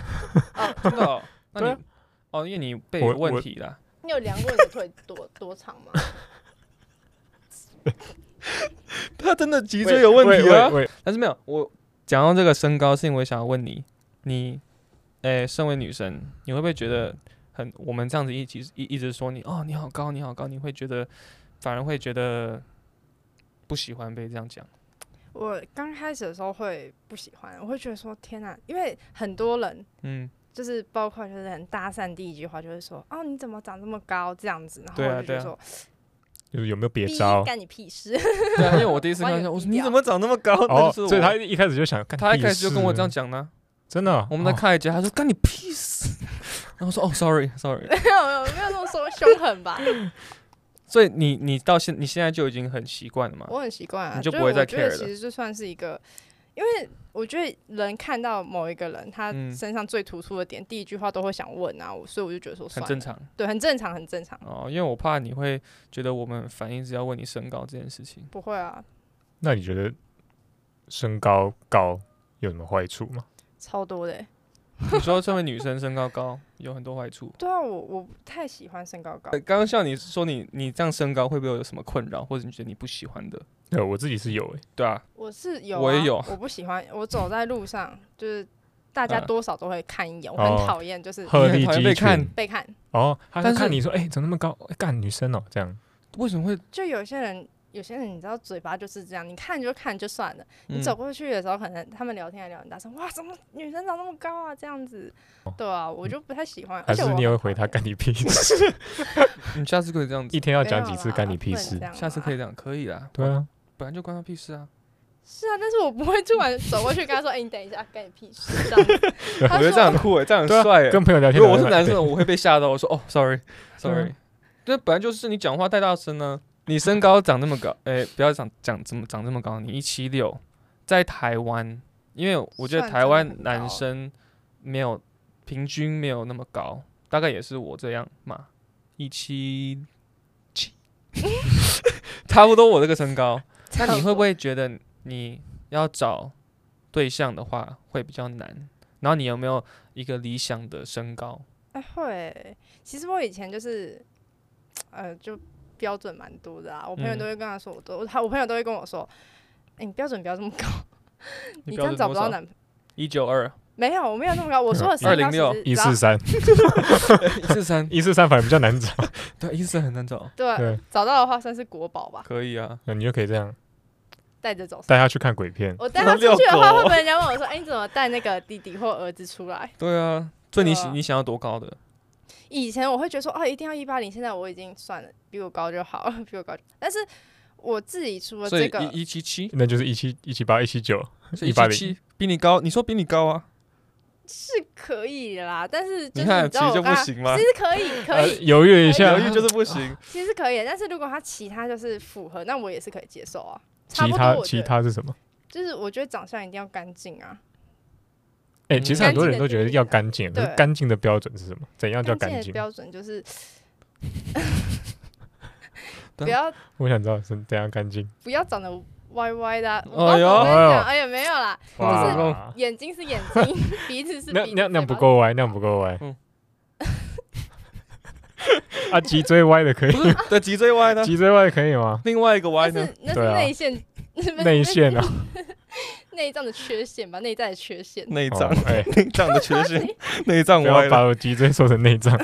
Speaker 1: 真 的、哦？那你
Speaker 3: 对啊
Speaker 1: 哦，因为你背
Speaker 3: 我
Speaker 1: 有问
Speaker 3: 我
Speaker 1: 题啦。
Speaker 2: 你有量过你的腿多多长吗？
Speaker 1: 他真的脊椎有问题啊
Speaker 3: 喂！喂喂
Speaker 1: 但是没有，我讲到这个身高，是因为我想要问你，你，诶、身为女生，你会不会觉得很？我们这样子一起一一直说你哦，你好高，你好高，你会觉得，反而会觉得不喜欢被这样讲。
Speaker 2: 我刚开始的时候会不喜欢，我会觉得说天哪、因为很多人
Speaker 1: 嗯，
Speaker 2: 就是包括就是很搭讪第一句话就会说哦你怎么长这么高这样子，然后
Speaker 1: 对啊
Speaker 2: 我就觉
Speaker 1: 对
Speaker 2: 得
Speaker 1: 啊
Speaker 2: 说
Speaker 3: 就是有没有别
Speaker 2: 逼
Speaker 3: 招？
Speaker 2: 干你屁事，
Speaker 1: 对啊，因为我第一次
Speaker 2: 我
Speaker 1: 看
Speaker 2: 也
Speaker 1: 到，我
Speaker 2: 低
Speaker 1: 说你
Speaker 2: 调
Speaker 1: 怎么长那么高？那
Speaker 3: 哦，
Speaker 1: 就是
Speaker 3: 所以
Speaker 1: 我
Speaker 3: 她一开始就想看，
Speaker 1: 他一
Speaker 3: 屁
Speaker 1: 开始就跟我这样
Speaker 3: 事，
Speaker 1: 讲呢、
Speaker 3: 真的啊、
Speaker 1: 我们在
Speaker 3: 哦
Speaker 1: 开节，他说干你屁事， 然后我说哦，sorry，sorry。
Speaker 2: 没有没有没有那么说凶狠 吧，
Speaker 1: 所以你你到现你现在就已经很习惯了嘛？
Speaker 2: 我很习惯啊，
Speaker 1: 你就
Speaker 2: 就
Speaker 1: 不会
Speaker 2: 是
Speaker 1: 再
Speaker 2: 我觉得
Speaker 1: care 了
Speaker 2: 其实就算是一个，因为我觉得人看到某一个人他
Speaker 1: 嗯
Speaker 2: 身上最突出的点，第一句话都会想问啊，我所以我就觉得说
Speaker 1: 很
Speaker 2: 算
Speaker 1: 正
Speaker 2: 了，
Speaker 1: 常
Speaker 2: 对，很正常，很正常，
Speaker 1: 哦，因为我怕你会觉得我们反应是要问你身高这件事情。
Speaker 2: 不会啊，
Speaker 3: 那你觉得身高高有什么坏处吗？
Speaker 2: 超多的欸、
Speaker 1: 你说身为女生身高高有很多坏处。
Speaker 2: 对啊，我我不太喜欢身高高
Speaker 1: 呃，刚刚像你说你你这样身高会不会有什么困扰，或者你觉得你不喜欢的？
Speaker 3: 对我自己是有、哎，
Speaker 1: 对啊，
Speaker 2: 我是有、啊，
Speaker 1: 我也有
Speaker 2: 我不喜欢，我走在路上就是大家
Speaker 1: 嗯
Speaker 2: 多少都会看一眼，我
Speaker 3: 哦
Speaker 2: 很讨厌就是
Speaker 1: 你
Speaker 3: 鹤
Speaker 1: 很
Speaker 3: 立
Speaker 1: 讨厌
Speaker 3: 鸡
Speaker 1: 被看
Speaker 3: 群。
Speaker 2: 被看，
Speaker 3: 哦，他
Speaker 1: 但
Speaker 3: 就是看你说，哎、怎么那么高？哎干、女生哦，这样。
Speaker 1: 为什么会？
Speaker 2: 就有些人。有些人你知道嘴巴就是这样，你看就看就算了。
Speaker 1: 嗯
Speaker 2: 你走过去的时候，可能他们聊天还聊很大声，哇，怎么女生长那么高啊？这样子，对啊，我就不太喜欢。
Speaker 3: 哦还
Speaker 2: 而且
Speaker 3: 是
Speaker 2: 我
Speaker 3: 你也会
Speaker 2: 很
Speaker 3: 回
Speaker 2: 讨
Speaker 3: 他
Speaker 2: 厌
Speaker 3: 干你屁事？
Speaker 1: 你下次可以这样子
Speaker 3: 一，天要
Speaker 2: 没
Speaker 3: 讲
Speaker 2: 有
Speaker 3: 几次
Speaker 2: 啦
Speaker 3: 干你
Speaker 2: 不
Speaker 3: 屁
Speaker 2: 能
Speaker 3: 事
Speaker 2: 这？样
Speaker 1: 下次
Speaker 2: 啦
Speaker 1: 可以这样，可以啦。
Speaker 3: 对啊，
Speaker 1: 本来就关他屁事啊。
Speaker 2: 是啊，但是我不会突然走过去跟他说：“哎、你等一下，干你屁事。”这 样子，
Speaker 1: 我
Speaker 2: 他
Speaker 1: 觉得
Speaker 2: 说
Speaker 1: 这样很酷欸诶，这样
Speaker 3: 对啊
Speaker 1: 很帅诶。
Speaker 3: 跟朋友聊天，
Speaker 1: 如果我是
Speaker 3: 聊
Speaker 1: 男
Speaker 3: 天
Speaker 1: 生，我会被吓到。我说哦，sorry，sorry。
Speaker 3: 对啊
Speaker 1: sorry 这本来就是你讲话太大声呢、你身高长这么高，哎、不要长长这么长这么高，你一七六，在台湾，因为我觉得
Speaker 2: 算
Speaker 1: 台
Speaker 2: 真的
Speaker 1: 湾
Speaker 2: 很
Speaker 1: 男
Speaker 2: 高
Speaker 1: 生没有平均没有那么高，大概也是我这样嘛，一七 七， 差不多我这个身高。那 你会不会觉得你要找对象的话会比较难？然后你有没有一个理想的身高？
Speaker 2: 哎会， 其实我以前就是，呃，就标准蛮多的啊。我朋友
Speaker 1: 嗯
Speaker 2: 都会跟他说，我都他我朋友都会跟我说，哎、你标准不要这么高，你这
Speaker 1: 标
Speaker 2: 样
Speaker 1: 准
Speaker 2: 找不
Speaker 1: 多
Speaker 2: 到
Speaker 1: 少？
Speaker 2: 男。
Speaker 1: 一九二
Speaker 2: 没有，我没有那么高。我说的身高其
Speaker 1: 206
Speaker 2: 实
Speaker 3: 一
Speaker 2: 只要
Speaker 3: 四三，
Speaker 1: 一四三，
Speaker 3: 一四三反而比较难找，
Speaker 1: 对，一四三很难 找，
Speaker 2: 对啊
Speaker 3: 对
Speaker 2: 找到的话算是国宝吧，
Speaker 1: 可以啊。
Speaker 3: 你就可以这样
Speaker 2: 带着走。
Speaker 3: 带他去看鬼片。
Speaker 2: 我带他出
Speaker 4: 遛
Speaker 2: 去的话，
Speaker 4: 狗
Speaker 2: 会不会人家问我说：“哎、你怎么带那个弟弟或儿子出来
Speaker 1: 对啊，所以你
Speaker 2: 对
Speaker 1: 想
Speaker 2: 啊
Speaker 1: 你想要多高的？？”
Speaker 2: 以前我会觉得说：“哦，一定要一八零。”现在我已经算了，比我高就好， 比我高就。但是我自己除了
Speaker 1: 所以
Speaker 2: 这个，
Speaker 1: 一一七七，
Speaker 3: 那就是一七一七八一七九，
Speaker 1: 是一七
Speaker 3: 180
Speaker 1: 七，比你高。你说比你高啊？
Speaker 2: 是可以啦，但是就
Speaker 1: 你
Speaker 2: 是
Speaker 1: 看，其
Speaker 2: 知道
Speaker 1: 实
Speaker 2: 我
Speaker 1: 就
Speaker 2: 刚
Speaker 1: 不
Speaker 2: 刚
Speaker 1: 行呃嘛
Speaker 2: 其。实可以，可以，
Speaker 3: 呃犹豫了一 下
Speaker 1: 犹，豫就是不行。
Speaker 2: 其实可以。但是如果他其他就是符合，那我也是可以接受啊。差
Speaker 3: 其
Speaker 2: 不
Speaker 3: 他
Speaker 2: 多，我觉
Speaker 3: 其
Speaker 2: 得
Speaker 3: 他是什么？
Speaker 2: 就是我觉得长相一定要干净啊，
Speaker 3: 哎，
Speaker 1: 嗯
Speaker 3: 其实很多人都觉得要干净，可
Speaker 2: 干净的定义啊
Speaker 3: 是干净的标准是什么？怎样叫
Speaker 2: 干
Speaker 3: 干
Speaker 2: 净的
Speaker 3: 净？
Speaker 2: 标准就 是
Speaker 1: 对啊
Speaker 2: 不要
Speaker 3: 我想知道是怎样干净。
Speaker 2: 不要长得歪歪的、啊。我
Speaker 1: 哎
Speaker 2: 告诉
Speaker 1: 呦
Speaker 2: 我跟你
Speaker 3: 哎呦
Speaker 2: 讲，哎呀，没有啦，
Speaker 1: 哇
Speaker 2: 就是眼睛是眼 睛，鼻子是
Speaker 3: 那
Speaker 2: 鼻子，
Speaker 3: 那那
Speaker 2: 嘴
Speaker 3: 不
Speaker 2: 巴
Speaker 3: 够歪，那不够歪
Speaker 1: 嗯。
Speaker 3: 啊，脊椎歪的可 以，
Speaker 1: 不 是的脊椎歪呢？
Speaker 3: 脊椎歪的可以吗？
Speaker 1: 另外一个歪
Speaker 2: 那
Speaker 1: 呢
Speaker 2: 是？那是
Speaker 3: 对啊
Speaker 2: 内线， 那是
Speaker 3: 内线啊，
Speaker 2: 内脏的缺陷吧，内在的缺陷。
Speaker 1: 内
Speaker 3: 哦
Speaker 1: 脏，
Speaker 3: 哎，
Speaker 1: 内脏的缺陷， 内脏
Speaker 3: 不
Speaker 1: 歪
Speaker 3: 要把
Speaker 1: 了，
Speaker 3: 我脊椎说成内脏。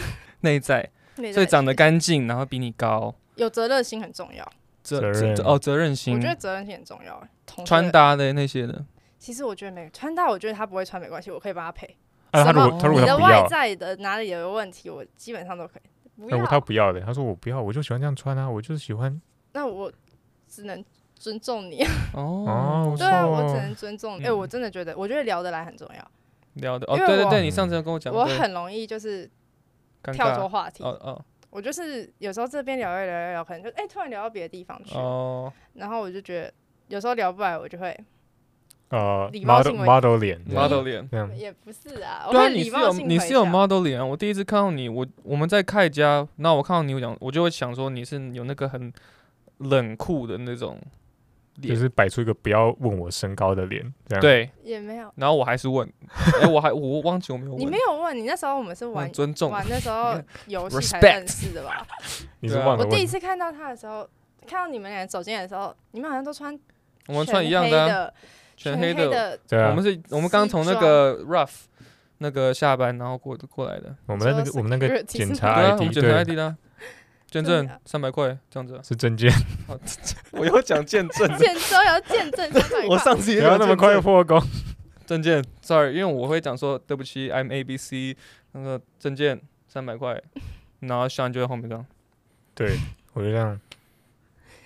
Speaker 1: 内在。
Speaker 2: 内在
Speaker 1: 所以
Speaker 2: 的
Speaker 1: 长得
Speaker 2: 缺
Speaker 1: 干净，然后比你高，
Speaker 2: 陷有责任心很重要，
Speaker 1: 责
Speaker 3: 责
Speaker 1: 责
Speaker 3: 任
Speaker 1: 责哦责任
Speaker 2: 我
Speaker 1: 心
Speaker 2: 觉，得责任心很重要欸。同事
Speaker 1: 穿
Speaker 2: 的，
Speaker 1: 搭的那些的。
Speaker 2: 其实我觉得没有穿搭，我觉得他不会穿没关系，我可以帮他配。
Speaker 3: 啊，他
Speaker 2: 什
Speaker 3: 如
Speaker 2: 么
Speaker 3: 果他如
Speaker 1: 不
Speaker 3: 果
Speaker 2: 你
Speaker 3: 他
Speaker 2: 的
Speaker 3: 不
Speaker 2: 外
Speaker 3: 要，
Speaker 2: 在的哪里有问题，我基本上都可以。不
Speaker 3: 如
Speaker 2: 要啊
Speaker 3: 果，他不啊要的，他说我不要，我就喜欢这样穿啊，我就是喜欢
Speaker 2: 那我只能尊重你。
Speaker 1: 哦，
Speaker 3: 哦，
Speaker 2: 对啊，
Speaker 3: 不
Speaker 2: 我只
Speaker 3: 错哦
Speaker 2: 能尊重你。哎，我真的觉得，我觉得聊得来很重要。
Speaker 1: 聊的哦，
Speaker 2: 因为
Speaker 1: 对对
Speaker 2: 我
Speaker 1: 对，你上次有跟我讲，
Speaker 2: 我
Speaker 1: 对
Speaker 2: 很容易就是
Speaker 1: 尴
Speaker 2: 跳脱
Speaker 1: 尬，
Speaker 2: 话题
Speaker 1: 哦，哦
Speaker 2: 我就是有时候这边聊一聊一聊，可能就哎、突然聊到别的地方去，
Speaker 1: 哦，
Speaker 2: 然后我就觉得有时候聊不来，我就会、
Speaker 3: 呃
Speaker 2: 礼貌
Speaker 3: ，model
Speaker 2: 性为
Speaker 3: model 脸这样
Speaker 1: model 脸。
Speaker 3: 这样，
Speaker 2: 也不是啊，
Speaker 1: 嗯
Speaker 2: 我
Speaker 1: 对啊，
Speaker 2: 会
Speaker 1: 你
Speaker 2: 礼
Speaker 1: 是
Speaker 2: 貌
Speaker 1: 有
Speaker 2: 性
Speaker 1: 你
Speaker 2: 回
Speaker 1: 是有
Speaker 2: 答
Speaker 1: model 脸啊！我第一次看到你，我我们在凯家，那我看到你我讲，我就会想说你是有那个很冷酷的那种脸，
Speaker 3: 就是摆出一个不要问我身高的脸，这样。，
Speaker 1: 对。
Speaker 2: 也没有，
Speaker 1: 然后我还是问，哎，我还我忘记我没有
Speaker 2: 你
Speaker 1: 问
Speaker 2: 没，有问你那时候我们是
Speaker 1: 我
Speaker 2: 玩
Speaker 1: 很尊重，
Speaker 2: 玩那时候游戏才
Speaker 1: Respect
Speaker 2: 认识的吧？
Speaker 3: 你是
Speaker 1: 对啊
Speaker 3: 忘
Speaker 2: 我
Speaker 3: 了
Speaker 2: 第一
Speaker 3: 问。
Speaker 2: 次看到他的时候，看到你们俩走进来的时候，你们好像都穿
Speaker 1: 我们
Speaker 2: 全
Speaker 1: 穿一样
Speaker 2: 黑
Speaker 1: 的啊，
Speaker 2: 的，
Speaker 1: 全
Speaker 2: 黑
Speaker 1: 黑的。
Speaker 3: 对啊
Speaker 1: 我们，是，我们刚从那
Speaker 2: 西装
Speaker 1: 个 rough 那个下班，然后过过来的。
Speaker 3: 我们的那
Speaker 2: 说
Speaker 3: 个我们那个
Speaker 2: security
Speaker 3: 检
Speaker 1: 对
Speaker 3: 查
Speaker 1: 啊，我
Speaker 3: ID
Speaker 1: 们检查
Speaker 3: 对
Speaker 1: ID 的啊，捐
Speaker 2: 真
Speaker 1: 赠
Speaker 2: 的啊，
Speaker 1: 三百块这样子啊。
Speaker 3: 是证 件，
Speaker 1: 我要讲见证
Speaker 2: 见证要见证三百
Speaker 1: 我
Speaker 2: 块，
Speaker 1: 上次
Speaker 3: 不
Speaker 1: 也
Speaker 3: 要那么快就
Speaker 1: 有
Speaker 3: 破功。
Speaker 1: 证件，sorry，因为我会讲说对不起，I'm A B C，那个证件三百块，然后小安就在后面这样。
Speaker 3: 对，我就这样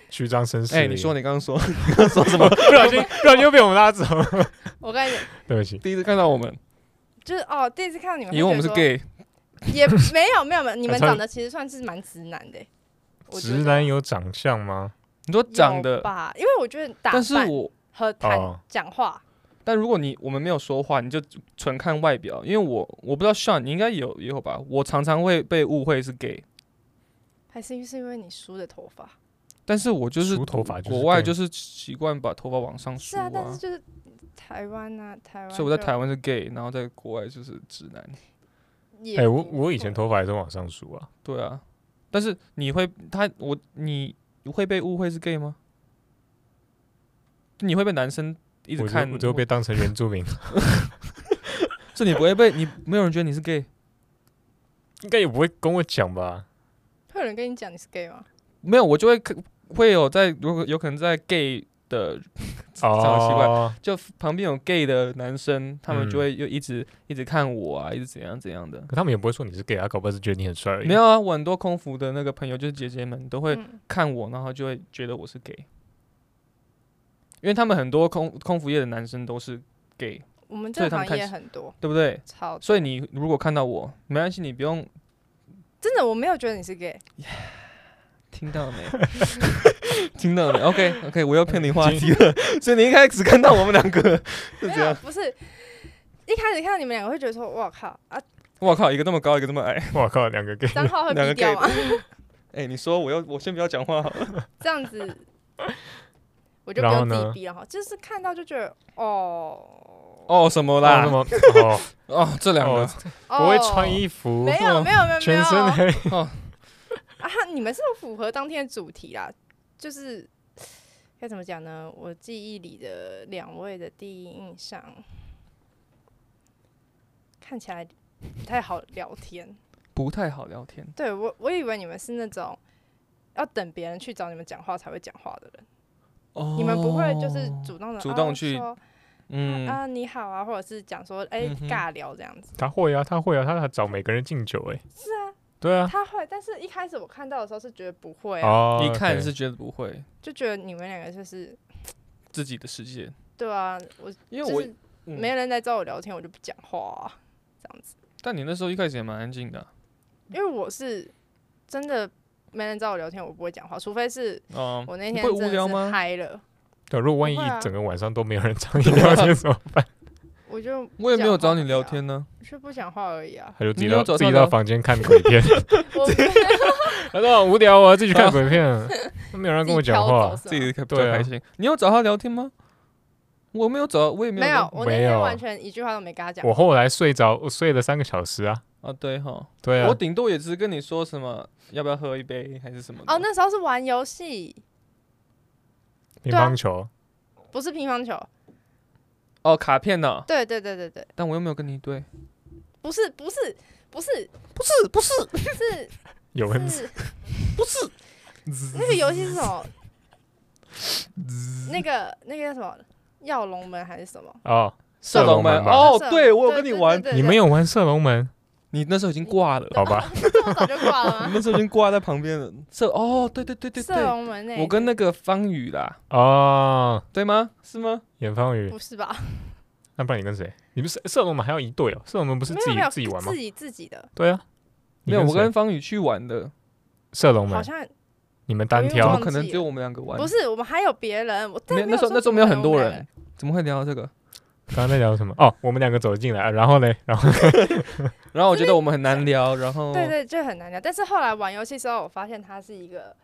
Speaker 3: 虚张声势。
Speaker 1: 哎，你说你刚刚说你刚刚说什么？
Speaker 3: 不小 心，不小心又被我们拉走 了。
Speaker 2: 我跟你讲，
Speaker 3: 对不起，
Speaker 1: 第一次看到我们，
Speaker 2: 就是哦，第一次看到你们，
Speaker 1: 以为我们是 gay，
Speaker 2: 也没有没有没有，你们
Speaker 3: 穿
Speaker 2: 长得其实算是蛮直男的欸、我觉
Speaker 3: 直
Speaker 2: 得
Speaker 3: 男有长相吗？
Speaker 1: 你说长
Speaker 2: 有
Speaker 1: 得，
Speaker 2: 吧，因为我觉得打
Speaker 1: 但是
Speaker 2: 扮
Speaker 1: 我。
Speaker 2: 和
Speaker 3: 哦
Speaker 2: 谈讲话，
Speaker 1: 但如果你我们没有说话，你就纯看外表，因为我我不知道 Sean 你应该有也有吧，我常常会被误会是 gay，
Speaker 2: 还是是因为你梳的头发。
Speaker 1: 但是我就是
Speaker 3: 梳头发就是
Speaker 1: 国外
Speaker 3: gay
Speaker 1: 就是习惯把头发往上梳
Speaker 2: 是啊，但是就是台湾啊，台湾就。
Speaker 1: 所以我在台湾是 gay，然后在国外就是直男。
Speaker 2: 也
Speaker 3: 哎、我
Speaker 2: 不
Speaker 3: 我以前
Speaker 2: 会
Speaker 3: 头发也是往上梳啊，
Speaker 1: 对啊，但是你会他我你会被误会是 gay 吗？你会被男生一直
Speaker 3: 我就
Speaker 1: 看，
Speaker 3: 我就被当成原住民，
Speaker 1: 是你不会被你没有人觉得你是 gay，
Speaker 3: 应该也不会跟我 讲吧？
Speaker 2: 会有人跟你讲你是 gay 吗？
Speaker 1: 没有我就会可会有在如果有可能在 gay 的常习惯
Speaker 3: 哦，
Speaker 1: 就旁边有 gay 的男生，他们就
Speaker 3: 嗯
Speaker 1: 会又一直、一直看我啊，一直怎样怎样的。
Speaker 3: 可他们也不会说你是 gay，他搞啊不好是觉得你很帅而已。
Speaker 1: 没有啊，我很多空服的那个朋友就是姐姐们都会
Speaker 2: 嗯，
Speaker 1: 看我，然后就会觉得我是 gay，因为他们很多空空服业的男生都是 gay，
Speaker 2: 我们
Speaker 1: 所
Speaker 2: 这
Speaker 1: 以
Speaker 2: 个
Speaker 1: 他们
Speaker 2: 行业
Speaker 1: 看
Speaker 2: 很多，
Speaker 1: 对不对？
Speaker 2: 超
Speaker 1: 所以你如果看到我，没关系，你不用
Speaker 2: 真的我没有觉得你是 gay，
Speaker 1: 听到了 没？听到了没？OK OK，我又偏离话题了。 所以你一开始看到我们两个是
Speaker 2: 没
Speaker 1: 这
Speaker 2: 有，
Speaker 1: 样，
Speaker 2: 不是一开始看到你们两个会觉得说，哇靠 啊，
Speaker 1: 我靠，一个那么高，一个那么矮。
Speaker 3: 我靠，两个 gay，
Speaker 2: 张浩会
Speaker 1: 两个
Speaker 2: 低
Speaker 1: gay
Speaker 2: 调吗？
Speaker 1: 哎、你说我要我先不要讲话好了。
Speaker 2: 这样 子，我就不
Speaker 3: 然后
Speaker 2: 用自己
Speaker 3: 呢
Speaker 2: 逼了哈，就是看到就觉得哦
Speaker 1: 哦，什么
Speaker 3: 那
Speaker 1: 啦
Speaker 3: 什？么？ 哦，
Speaker 1: 哦，这两个、
Speaker 3: 哦不会穿衣服，
Speaker 2: 没有没有没有没
Speaker 3: 全身
Speaker 2: 有
Speaker 3: 黑，
Speaker 2: 啊，你们是有符合当天的主题啦，就是该怎么讲呢？我记忆里的两位的第一印象，看起来不太好聊天。
Speaker 1: 不太好聊天。
Speaker 2: 对我，我以为你们是那种要等别人去找你们讲话才会讲话的人，
Speaker 1: 哦
Speaker 2: 你们不会就是主
Speaker 3: 哦
Speaker 2: 动的
Speaker 1: 主动去
Speaker 2: 啊
Speaker 1: 嗯、
Speaker 2: 啊你好啊，或者是讲说哎、
Speaker 1: 嗯哼
Speaker 2: 尬聊这样子。
Speaker 3: 他会啊，他会啊，他还找每个人敬酒哎，是啊，对啊，
Speaker 2: 他会，但是一开始我看到的时候是觉得不会啊，
Speaker 3: 哦，
Speaker 1: 一看
Speaker 3: OK
Speaker 1: 是觉得不会
Speaker 2: 就觉得你们两个就是
Speaker 1: 自己的世界，
Speaker 2: 对啊，我
Speaker 1: 因为
Speaker 2: 就
Speaker 1: 我、
Speaker 2: 是
Speaker 1: 嗯
Speaker 2: 没人来找我聊天，我就不讲话、啊，这样子。
Speaker 1: 但你那时候一开始也蛮安静的啊、
Speaker 2: 因为我是真的没人找我聊天，我不会讲话，除非是
Speaker 1: 哦，
Speaker 2: 我那
Speaker 1: 你
Speaker 2: 天
Speaker 1: 不会
Speaker 2: 真
Speaker 1: 无
Speaker 2: 的
Speaker 1: 聊吗
Speaker 2: 是嗨了，
Speaker 3: 对，如果万一
Speaker 2: 不会啊
Speaker 3: 一整个晚上都没有人找你聊天怎么 办？
Speaker 2: 我就
Speaker 1: 我也没有
Speaker 2: 不讲
Speaker 1: 找
Speaker 2: 话
Speaker 1: 你
Speaker 2: 不
Speaker 1: 聊
Speaker 2: 讲
Speaker 1: 天呢、
Speaker 2: 就不讲话而已 啊。
Speaker 3: 他就自己
Speaker 1: 你有
Speaker 3: 到
Speaker 1: 早
Speaker 3: 自
Speaker 1: 上
Speaker 3: 己
Speaker 1: 聊
Speaker 3: 到房间看 鬼片，
Speaker 2: 我
Speaker 3: 他说好无聊，我要自己去看 鬼片，都没有人跟我讲话，
Speaker 2: 自
Speaker 1: 自己
Speaker 2: 己
Speaker 1: 开比较
Speaker 3: 对啊
Speaker 1: 开心。你有找他聊天吗？我没有找，我也没啊
Speaker 2: 没有
Speaker 1: 聊，
Speaker 2: 我那
Speaker 3: 没
Speaker 2: 天
Speaker 3: 有
Speaker 2: 完全一句话都没跟他讲。
Speaker 3: 我后来睡着，我睡了三个小时啊，
Speaker 1: 啊。对哈，
Speaker 3: 对啊
Speaker 2: 哦
Speaker 1: 我，顶多也只是跟你说什么要不要喝一杯还是什么的。
Speaker 2: 哦，那时候是玩游戏，
Speaker 3: 乒
Speaker 2: 对啊
Speaker 3: 乓球，
Speaker 2: 不是乒乓球。
Speaker 1: 哦卡片呢、
Speaker 2: 对对对对对，
Speaker 1: 但我又没有跟你对，
Speaker 2: 不是不是不是
Speaker 1: 不是不是，
Speaker 2: 是
Speaker 3: 有蚊子，
Speaker 2: 是不是？那个游戏是什么？那个那个叫什么？耀龙门还是什么？
Speaker 3: 哦，
Speaker 1: 射龙门
Speaker 3: 门吧，
Speaker 1: 哦
Speaker 2: 射
Speaker 1: 对我有
Speaker 2: 对
Speaker 1: 跟你
Speaker 2: 对
Speaker 1: 玩
Speaker 2: 对对
Speaker 3: 你没有玩射龙 门？
Speaker 1: 你那时候已经挂了，
Speaker 3: 好吧，
Speaker 2: 这么早就挂了
Speaker 1: 你
Speaker 2: 吗？
Speaker 1: 那时候已经挂在旁边了。这哦，对对 对对
Speaker 2: 射
Speaker 1: 对，
Speaker 2: 龙门欸那
Speaker 1: 我跟那个方宇啦，
Speaker 3: 哦，
Speaker 1: 对吗？是吗？
Speaker 3: 严方宇，
Speaker 2: 不是吧？
Speaker 3: 那不然你跟谁？你不是射龙门还要一队哦，射龙门不是
Speaker 2: 没
Speaker 3: 自
Speaker 2: 有
Speaker 3: 己
Speaker 2: 没有
Speaker 3: 自己玩吗
Speaker 2: 自？己自己的，
Speaker 3: 对啊，你
Speaker 1: 没有，我
Speaker 3: 谁
Speaker 1: 跟方宇去玩的，
Speaker 3: 射龙
Speaker 2: 好
Speaker 3: 门，
Speaker 2: 像
Speaker 3: 你们单
Speaker 1: 怎
Speaker 2: 我
Speaker 1: 么
Speaker 2: 忘
Speaker 3: 挑
Speaker 2: 记
Speaker 1: 可能
Speaker 2: 了
Speaker 1: 只有我们两个玩？
Speaker 2: 不是，我们还有别人。我
Speaker 1: 没有，
Speaker 2: 但
Speaker 1: 那时候那时候没有很多人，，怎么会聊到这个？
Speaker 3: 刚刚在聊什么？哦，我们两个走进来，然后嘞，然后
Speaker 1: 然后我觉得我们很难聊，然后
Speaker 2: 对对，就很难聊。但是后来玩游戏之后，我发现他是一个，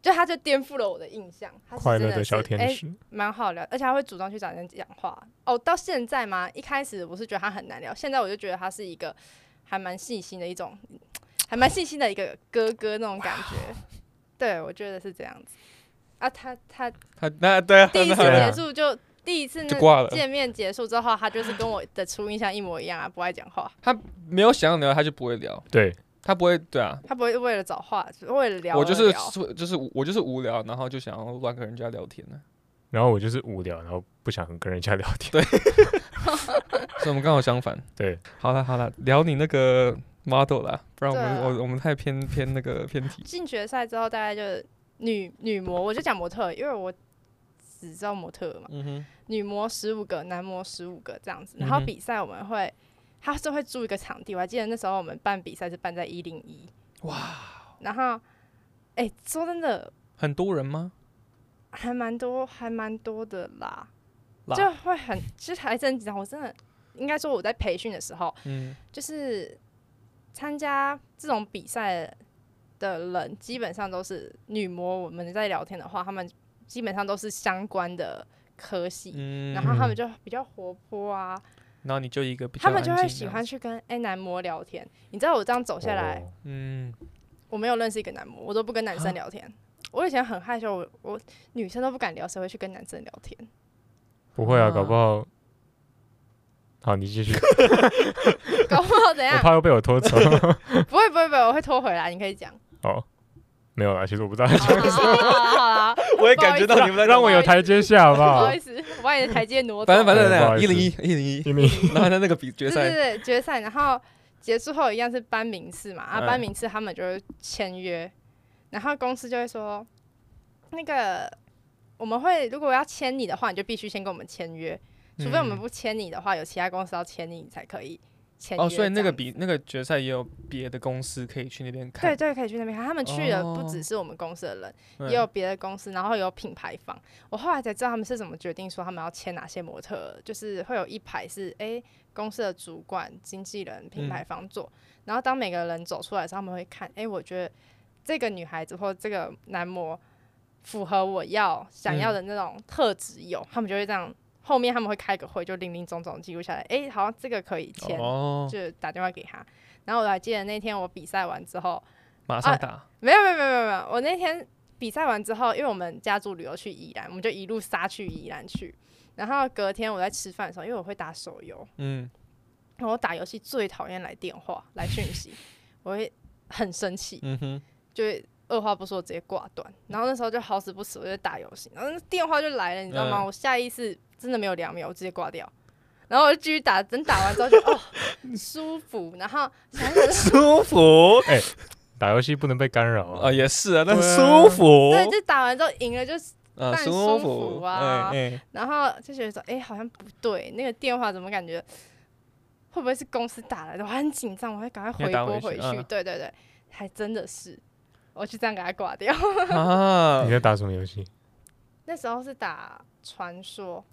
Speaker 2: 就他就颠覆了我的印象。他是
Speaker 3: 快乐
Speaker 2: 真的
Speaker 3: 的小
Speaker 2: 是
Speaker 3: 天
Speaker 2: 哎
Speaker 3: 使，
Speaker 2: 蛮好聊，而且他会主动去找人讲话。哦，到现在嘛，一开始我是觉得他很难聊，现在我就觉得他是一个还蛮细心的一种，还蛮细心的一个哥哥那种感觉。对，我觉得是这样子。啊，他他
Speaker 1: 他那对啊，
Speaker 2: 第一次
Speaker 3: 对啊
Speaker 2: 结束就第一次
Speaker 1: 就
Speaker 2: 那
Speaker 1: 挂了。
Speaker 2: 见面结束之后，他就是跟我的初印象一模一样啊，不爱讲话，
Speaker 1: 没有想要聊，他就不会聊，
Speaker 3: 对，
Speaker 1: 他不会对啊。
Speaker 2: 他不会为了找话，为了聊而聊。
Speaker 1: 我就是就是我就是无聊，然后就想要乱跟人家聊天呢。
Speaker 3: 然后我就是无聊，然后不想跟人家聊天。
Speaker 1: 所以我们刚好相反。
Speaker 3: 对，
Speaker 1: 好了好了，聊你那个 model 啦，不然我们、
Speaker 2: 对啊
Speaker 1: 我我们太偏偏那个偏题。
Speaker 2: 进决赛之后，大概就是女女模，我就讲模特，因为我只知道模特嘛。
Speaker 1: 嗯哼，
Speaker 2: 女模十五个，男模十五个这样子。然后
Speaker 1: 嗯哼
Speaker 2: 比赛我们会，他是会租一个场地，我还记得那时候我们办比赛是办在一零一。哇！然后，哎、说真的，
Speaker 1: 很多人吗？
Speaker 2: 还蛮多，还蛮多的啦，
Speaker 1: 啦
Speaker 2: 就会很，其实还真紧张。我真的应该说我在培训的时候，
Speaker 1: 嗯，
Speaker 2: 就是参加这种比赛的人，基本上都是女模。我们在聊天的话，他们基本上都是相关的科系。
Speaker 1: 嗯
Speaker 2: 然后他们就比较活泼啊，
Speaker 1: 然后你就一个比较
Speaker 2: 他们就
Speaker 1: 安
Speaker 2: 会
Speaker 1: 静
Speaker 2: 喜
Speaker 1: 这样
Speaker 2: 欢
Speaker 1: 子，
Speaker 2: 去跟哎、男模聊天。你知道我这样走下来，
Speaker 3: 哦
Speaker 1: 嗯，
Speaker 2: 我没有认识一个男模，我都不跟男
Speaker 1: 哈
Speaker 2: 生聊天。我以前很害羞，我我女生都不敢聊，谁会去跟男生聊天？
Speaker 3: 不会啊，
Speaker 1: 啊
Speaker 3: 搞不好。好，你继续，
Speaker 2: 搞不好怎
Speaker 3: 我
Speaker 2: 样？
Speaker 3: 怕又被我拖走。
Speaker 2: 不会不会不会，我会拖回来，你可 以讲。
Speaker 3: 哦，没有啦，其实我不知道，
Speaker 2: 好啦好啦好啦好啦，
Speaker 1: 我也
Speaker 2: 不好
Speaker 1: 感
Speaker 2: 意
Speaker 1: 觉
Speaker 2: 思
Speaker 1: 到你 们在
Speaker 3: 让我有台阶下，好不
Speaker 2: 不好
Speaker 3: 好
Speaker 2: 意？思，我把你的台阶挪走。
Speaker 1: 反正反正
Speaker 3: 对不好意
Speaker 1: 一
Speaker 3: 思
Speaker 1: 零一一零一，
Speaker 3: 因为
Speaker 1: 然后在那个比决
Speaker 2: 对
Speaker 1: 赛
Speaker 2: 对对，决赛，然后结束后一样是班名次嘛，啊，
Speaker 1: 嗯
Speaker 2: 班名次他们就会签约，然后公司就会说，那个我们会如果要签你的话，你就必须先跟我们签约，除非我
Speaker 1: 嗯
Speaker 2: 们不签你的话，有其他公司要签你才可以前
Speaker 1: 哦，
Speaker 2: 夜
Speaker 1: 所以那
Speaker 2: 这
Speaker 1: 个
Speaker 2: 样
Speaker 1: 比那个决赛也有别的公司可以去那边看嗯
Speaker 2: 对，对，可以去那边看。他们去的不
Speaker 1: 哦
Speaker 2: 只是我们公司的人，
Speaker 1: 对
Speaker 2: 也有别的公司，然后有品牌方。我后来才知道他们是怎么决定说他们要签哪些模特，就是会有一排是诶公司的主管、经纪人、品牌方做，然后当每个人走出来的时候，他们会看，诶，我觉得这个女孩子或这个男模符合我要想要的那种特质有，他们就会这样。后面他们会开个会，就零零总总记录下来，诶，好像这个可以签，
Speaker 1: 哦，
Speaker 2: 就打电话给他。然后我还记得那天我比赛完之后，
Speaker 1: 马上
Speaker 2: 啊
Speaker 1: 打，
Speaker 2: 没有没有没有没有没有，我那天比赛完之后，因为我们家族旅游去宜兰，我们就一路杀去宜兰去。然后隔天我在吃饭的时候，因为我会打手游，
Speaker 1: 嗯，
Speaker 2: 然后我打游戏最讨厌来电话来讯息， 我会很生气，
Speaker 1: 嗯哼，
Speaker 2: 就会二话不说直接挂断。然后那时候就好死不死，我就打游戏，然后那电话就来了，你知道吗？
Speaker 1: 嗯
Speaker 2: 我下意识真的没有两秒，我直接挂掉。然后我就继续打，等打完之后就哦舒服，然后想一想就
Speaker 4: 舒
Speaker 1: 哦
Speaker 4: 服
Speaker 3: 打游戏不能被干扰啊
Speaker 1: 啊，。也是啊，但
Speaker 4: 但
Speaker 1: 是
Speaker 4: 舒服，
Speaker 2: 对，就打完之后赢了就
Speaker 1: 啊
Speaker 2: 但
Speaker 1: 舒
Speaker 2: 舒服啊
Speaker 1: 哎哎
Speaker 2: 然后就觉得说，哎、好像不对，那个电话怎么感觉会不会是公司打来的？我很紧张，我会赶快
Speaker 1: 要
Speaker 2: 回
Speaker 1: 打
Speaker 2: 拨
Speaker 1: 回
Speaker 2: 回
Speaker 1: 去
Speaker 2: 去。
Speaker 1: 嗯
Speaker 2: 对对对，还真的是，我就这样给他挂掉。
Speaker 1: 啊
Speaker 3: 你，在打什么游戏？
Speaker 2: 那时候是打传说，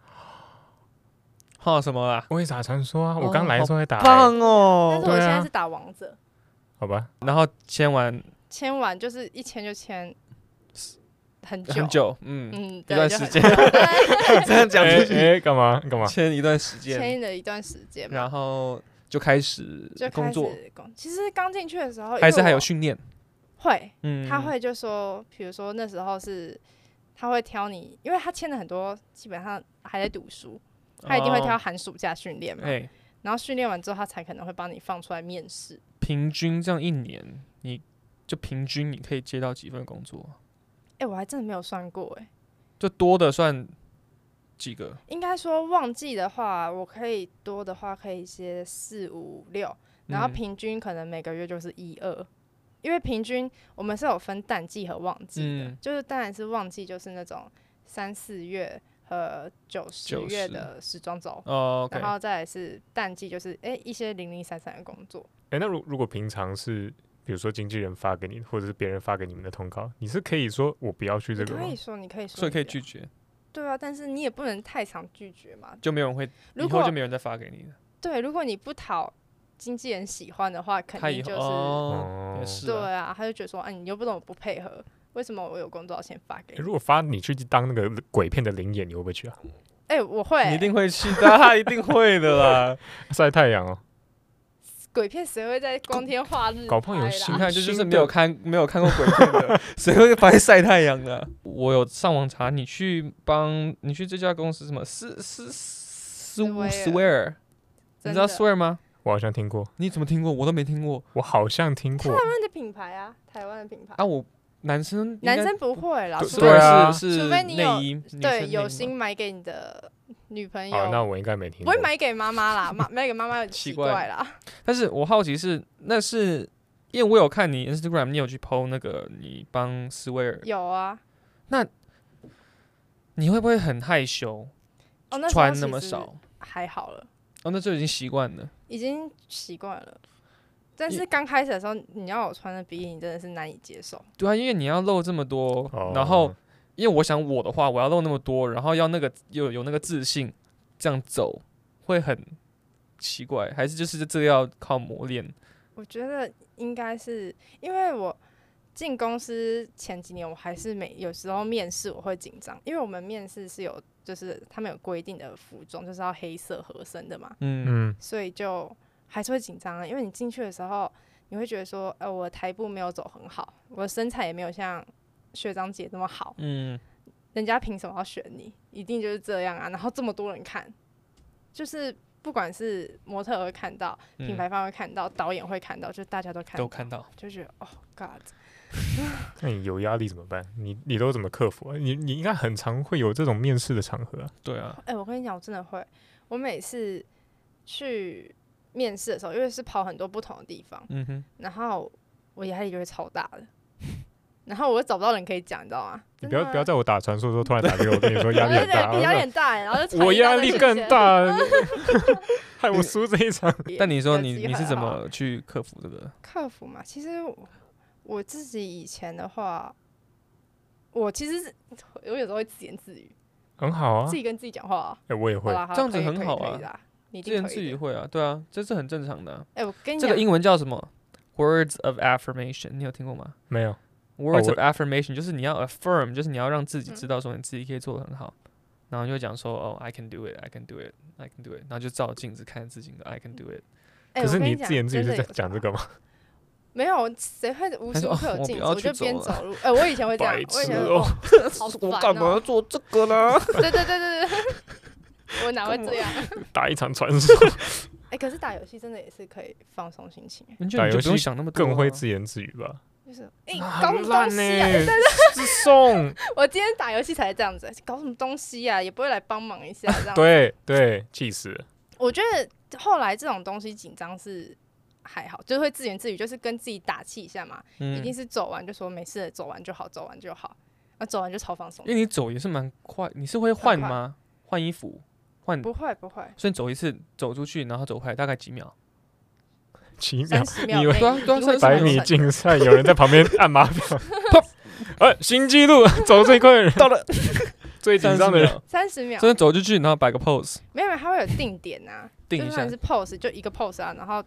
Speaker 1: 哈什么啦？
Speaker 3: 我也打传说啊，
Speaker 1: 哦
Speaker 3: 我刚来的时候还打欸、
Speaker 4: 棒
Speaker 2: 但是
Speaker 4: 哦！
Speaker 2: 我
Speaker 3: 对
Speaker 2: 现在
Speaker 3: 啊
Speaker 2: 是打王者，
Speaker 3: 好吧，
Speaker 1: 然后签完
Speaker 2: 签完就是一签就签很久
Speaker 1: 很，久，嗯，
Speaker 2: 嗯，
Speaker 1: 一
Speaker 2: 对，
Speaker 1: 段
Speaker 2: 就
Speaker 1: 时
Speaker 2: 很
Speaker 1: 间，
Speaker 4: 这样讲
Speaker 3: 哎
Speaker 4: 出去，
Speaker 3: 哎，干、嘛干嘛？
Speaker 1: 签一段时间，
Speaker 2: 签了一段时间嘛，
Speaker 1: 然后就开始
Speaker 2: 就
Speaker 1: 工
Speaker 2: 开
Speaker 1: 作，
Speaker 2: 始工。其实刚进去的时候，
Speaker 1: 还是还有
Speaker 2: 因为
Speaker 1: 训练，
Speaker 2: 我会
Speaker 1: 嗯，
Speaker 2: 他会就说，比如说那时候是他会挑你，因为他签了很多，基本上还在读书，他一定会挑
Speaker 1: 哦，
Speaker 2: 寒暑假训练嘛。
Speaker 1: 哎，
Speaker 2: 然后训练完之后，他才可能会帮你放出来面试。
Speaker 1: 平均这样一年，你就平均你可以接到几份工作啊？
Speaker 2: 哎、我还真的没有算过哎、
Speaker 1: 就多的算几个？
Speaker 2: 应该说旺季的话，我可以多的话可以接四五六，然后
Speaker 1: 嗯
Speaker 2: 平均可能每个月就是一二。因为平均我们是有分淡季和旺季的，
Speaker 1: 嗯
Speaker 2: 就是当然是旺季就是那种三四月和九十
Speaker 1: 九
Speaker 2: 月
Speaker 1: 十
Speaker 2: 的时装周，
Speaker 1: 哦，OK，
Speaker 2: 然后再来是淡季，就是哎、诶一些零零散散的工作。
Speaker 3: 哎、那如如果平常是，比如说经纪人发给你，或者是别人发给你们的通告，你是可以说我不要去这
Speaker 2: 你
Speaker 3: 个吗
Speaker 2: 可以？说，你可以说，
Speaker 1: 所以可以
Speaker 2: 你不
Speaker 1: 拒
Speaker 2: 要
Speaker 1: 绝，
Speaker 2: 对啊，但是你也不能太常拒绝嘛。
Speaker 1: 就没有人会，以
Speaker 2: 如
Speaker 1: 后
Speaker 2: 果
Speaker 1: 就没有人再发给你了。
Speaker 2: 对，如果你不讨经纪人喜欢的话，肯
Speaker 1: 他以
Speaker 2: 定
Speaker 1: 后
Speaker 2: 就是、
Speaker 1: 哦，
Speaker 3: 哦
Speaker 1: 也是
Speaker 2: 对
Speaker 1: 啊，
Speaker 2: 啊，他就觉得说，哎、你又不懂我不配合，为什么我有工作要先发给
Speaker 3: 诶
Speaker 2: 你
Speaker 3: 如？果发你去当那个鬼片的灵眼，你会不 会去啊？
Speaker 2: 哎、我会、
Speaker 1: 你一定会去的，他一定会的 啦。
Speaker 3: 晒太阳哦，
Speaker 2: 鬼片谁会在光天化日
Speaker 3: 搞不好有
Speaker 2: 拍
Speaker 3: 新
Speaker 1: 你
Speaker 2: 啦
Speaker 1: 看，这就是
Speaker 3: 新
Speaker 1: 没有
Speaker 3: 的
Speaker 1: 看没有看过鬼片 的，谁会发现晒太阳啊的？我有上网查，你去帮你去这家公司什么斯斯斯
Speaker 2: Swear
Speaker 1: swear，你
Speaker 2: 真
Speaker 1: 知道
Speaker 2: 的
Speaker 1: swear 吗？
Speaker 3: 我好像听过，
Speaker 1: 你怎么听过？我都没听过
Speaker 3: 我好像听过，
Speaker 2: 他们的品牌啊，台湾的品牌，
Speaker 1: 啊！我男生应该
Speaker 2: 男生不会啦，
Speaker 3: 对
Speaker 1: 是
Speaker 2: 除非
Speaker 3: 对啊
Speaker 1: 是是
Speaker 2: 除非你有
Speaker 1: 内衣，女
Speaker 2: 对
Speaker 1: 生内衣
Speaker 2: 有
Speaker 1: 吗
Speaker 2: 心买给你的女朋友，
Speaker 3: 好，哦那我应该没听
Speaker 2: 不
Speaker 3: 过
Speaker 2: 会。买给妈妈啦，买买给妈妈很
Speaker 1: 奇
Speaker 2: 奇
Speaker 1: 怪
Speaker 2: 怪啦。
Speaker 1: 但是我好奇是，那是因为我有看你 Instagram，你有去 PO 那个你帮斯威尔，
Speaker 2: 有啊，
Speaker 1: 你会不会很害羞？
Speaker 2: 哦，那时候
Speaker 1: 穿
Speaker 2: 其
Speaker 1: 那么
Speaker 2: 实
Speaker 1: 少，
Speaker 2: 还好了，
Speaker 1: 哦，那就已经习惯了。
Speaker 2: 已经习惯了。但是刚开始的时候，你要我穿的比你真的是难以接受。
Speaker 1: 对啊，因为你要露这么多，
Speaker 3: 哦
Speaker 1: 然后因为我想我的话，我要露那么多，然后要那个有有那个自信，这样走会很奇怪，还是就是这个要靠磨练。
Speaker 2: 我觉得应该是因为我进公司前几年，我还是每有时候面试我会紧张，因为我们面试是有就是他们有规定的服装，就是要黑色合身的嘛。
Speaker 1: 嗯，
Speaker 3: 嗯，
Speaker 2: 所以就还是会紧张啊，因为你进去的时候，你会觉得说，呃，我的台步没有走很好，我的身材也没有像学长姐那么好，
Speaker 1: 嗯，
Speaker 2: 人家凭什么要选你？一定就是这样啊！然后这么多人看，就是不管是模特儿会看到，
Speaker 1: 嗯
Speaker 2: 品牌方会看到，导演会看到，就大家都看
Speaker 1: 都
Speaker 2: 到，
Speaker 1: 看到，
Speaker 2: 就觉得哦，God，
Speaker 3: 那你有压力怎么办？你你都怎么克服啊、你你应该很常会有这种面试的场合啊。
Speaker 1: 对啊，
Speaker 2: 哎、我跟你讲，我真的会，我每次去面试的时候，因为是跑很多不同的地方，
Speaker 1: 嗯哼，
Speaker 2: 然后我压力就会超大的。 然后我又找不到人可以讲，你知道吗？
Speaker 3: 你
Speaker 2: 真
Speaker 3: 不
Speaker 2: 的
Speaker 3: 要不要在我打传说的时候突然打给我，我跟你说压力
Speaker 2: 有
Speaker 3: 很
Speaker 2: 点
Speaker 3: 大，
Speaker 2: 压力很大欸，然后就
Speaker 3: 我
Speaker 2: 传一大
Speaker 3: 压
Speaker 2: 堆
Speaker 3: 力
Speaker 2: 信
Speaker 3: 更
Speaker 2: 件，
Speaker 3: 大，啊 害我输这一场。
Speaker 1: 但你说你
Speaker 2: 有机
Speaker 1: 你
Speaker 2: 会
Speaker 1: 是怎
Speaker 2: 好
Speaker 1: 么去克服这个？
Speaker 2: 啊克服嘛？其实我我自己以前的话，我其实是我有时候会自言自语，
Speaker 3: 很好啊
Speaker 2: 自，己跟自己讲话啊。
Speaker 3: 哎，我也会
Speaker 2: 好，啦，好啦
Speaker 1: 这样子
Speaker 2: 可以
Speaker 1: 很
Speaker 2: 可以
Speaker 1: 好
Speaker 2: 可以
Speaker 1: 啊
Speaker 2: 啦你一
Speaker 1: 自
Speaker 2: 定
Speaker 1: 言
Speaker 2: 可
Speaker 1: 自
Speaker 2: 以
Speaker 1: 语
Speaker 2: 的。
Speaker 1: 会啊，对啊，这是很正常的啊、
Speaker 2: 哎，我跟你
Speaker 1: 这
Speaker 2: 讲
Speaker 1: 个，英文叫什么？Words of affirmation，你有听过吗
Speaker 3: 没有，
Speaker 1: ？Words
Speaker 3: 哦我
Speaker 1: of affirmation 就是你要 affirm，就是你要让自己
Speaker 2: 嗯
Speaker 1: 知道说你自己可以做的很好，然后就会讲说哦，I can do it，I can do it，I can do it，然后就照镜子看着自己，I can do it，
Speaker 2: 哎
Speaker 3: 可
Speaker 2: 我
Speaker 3: 是
Speaker 2: 跟
Speaker 3: 你
Speaker 2: 讲
Speaker 3: 自言自语
Speaker 2: 真
Speaker 3: 是
Speaker 2: 的
Speaker 3: 在
Speaker 2: 有
Speaker 3: 讲
Speaker 2: 差
Speaker 3: 这个吗？
Speaker 2: 没有，谁会无
Speaker 1: 他
Speaker 2: 时
Speaker 1: 说
Speaker 2: 无
Speaker 1: 哦
Speaker 2: 刻有
Speaker 1: 我不要去
Speaker 2: 镜子？我就边
Speaker 1: 走了
Speaker 2: 走路，哎，我以前会这样
Speaker 3: 白，
Speaker 2: 我以
Speaker 3: 痴
Speaker 2: 前会
Speaker 3: 哦
Speaker 2: 哦， 好
Speaker 4: 我
Speaker 2: 烦
Speaker 4: 干嘛
Speaker 2: 哦
Speaker 4: 要做这个呢？
Speaker 2: 对对对对 对，我哪会这样？
Speaker 3: 打一场传说，
Speaker 2: 哎，可是打游戏真的也是可以放松心情，哎
Speaker 1: 你就
Speaker 3: 打
Speaker 1: 你就
Speaker 3: 游
Speaker 1: 不用
Speaker 3: 戏
Speaker 1: 想那么多、啊
Speaker 2: 哦
Speaker 3: 更会。自言自语吧？
Speaker 2: 就是哎，
Speaker 3: 啊
Speaker 2: 搞什么东西啊？
Speaker 3: 很烂欸自送，
Speaker 2: 我今天打游戏才这样子，搞什么东西啊？也不会来帮忙一下这 样。，
Speaker 3: 对对，气死了。
Speaker 2: 我觉得后来这种东西紧张是还好，就是会自言自语，就是跟自己打气一下嘛。一
Speaker 1: 嗯，
Speaker 2: 定是走完就说没事了，走完就好，走完就好。那走完就超放松
Speaker 1: 因，为你走也是蛮快，你是会换
Speaker 2: 快
Speaker 1: 吗？换衣服，换，
Speaker 2: 不会不会，
Speaker 1: 所以你走一次走出去，然后走回来大概几秒？
Speaker 3: 奇妙
Speaker 2: 三，十秒
Speaker 3: 以
Speaker 2: 内
Speaker 3: 为
Speaker 1: 对啊
Speaker 2: 一
Speaker 1: 对啊
Speaker 2: 定会
Speaker 1: 30
Speaker 3: 百
Speaker 2: 完
Speaker 3: 米
Speaker 2: 成
Speaker 3: 竞赛有人在旁边按码 表，砰！呃，新纪录，走最快的人
Speaker 4: 到了，
Speaker 3: 最紧张的人，
Speaker 2: 三十秒
Speaker 1: 真，的走出去，然后摆个 pose，
Speaker 2: 没有没有，它会有定点啊，
Speaker 1: 定一
Speaker 2: 就
Speaker 1: 下
Speaker 2: 算，是 pose 就一个 pose 啊，然后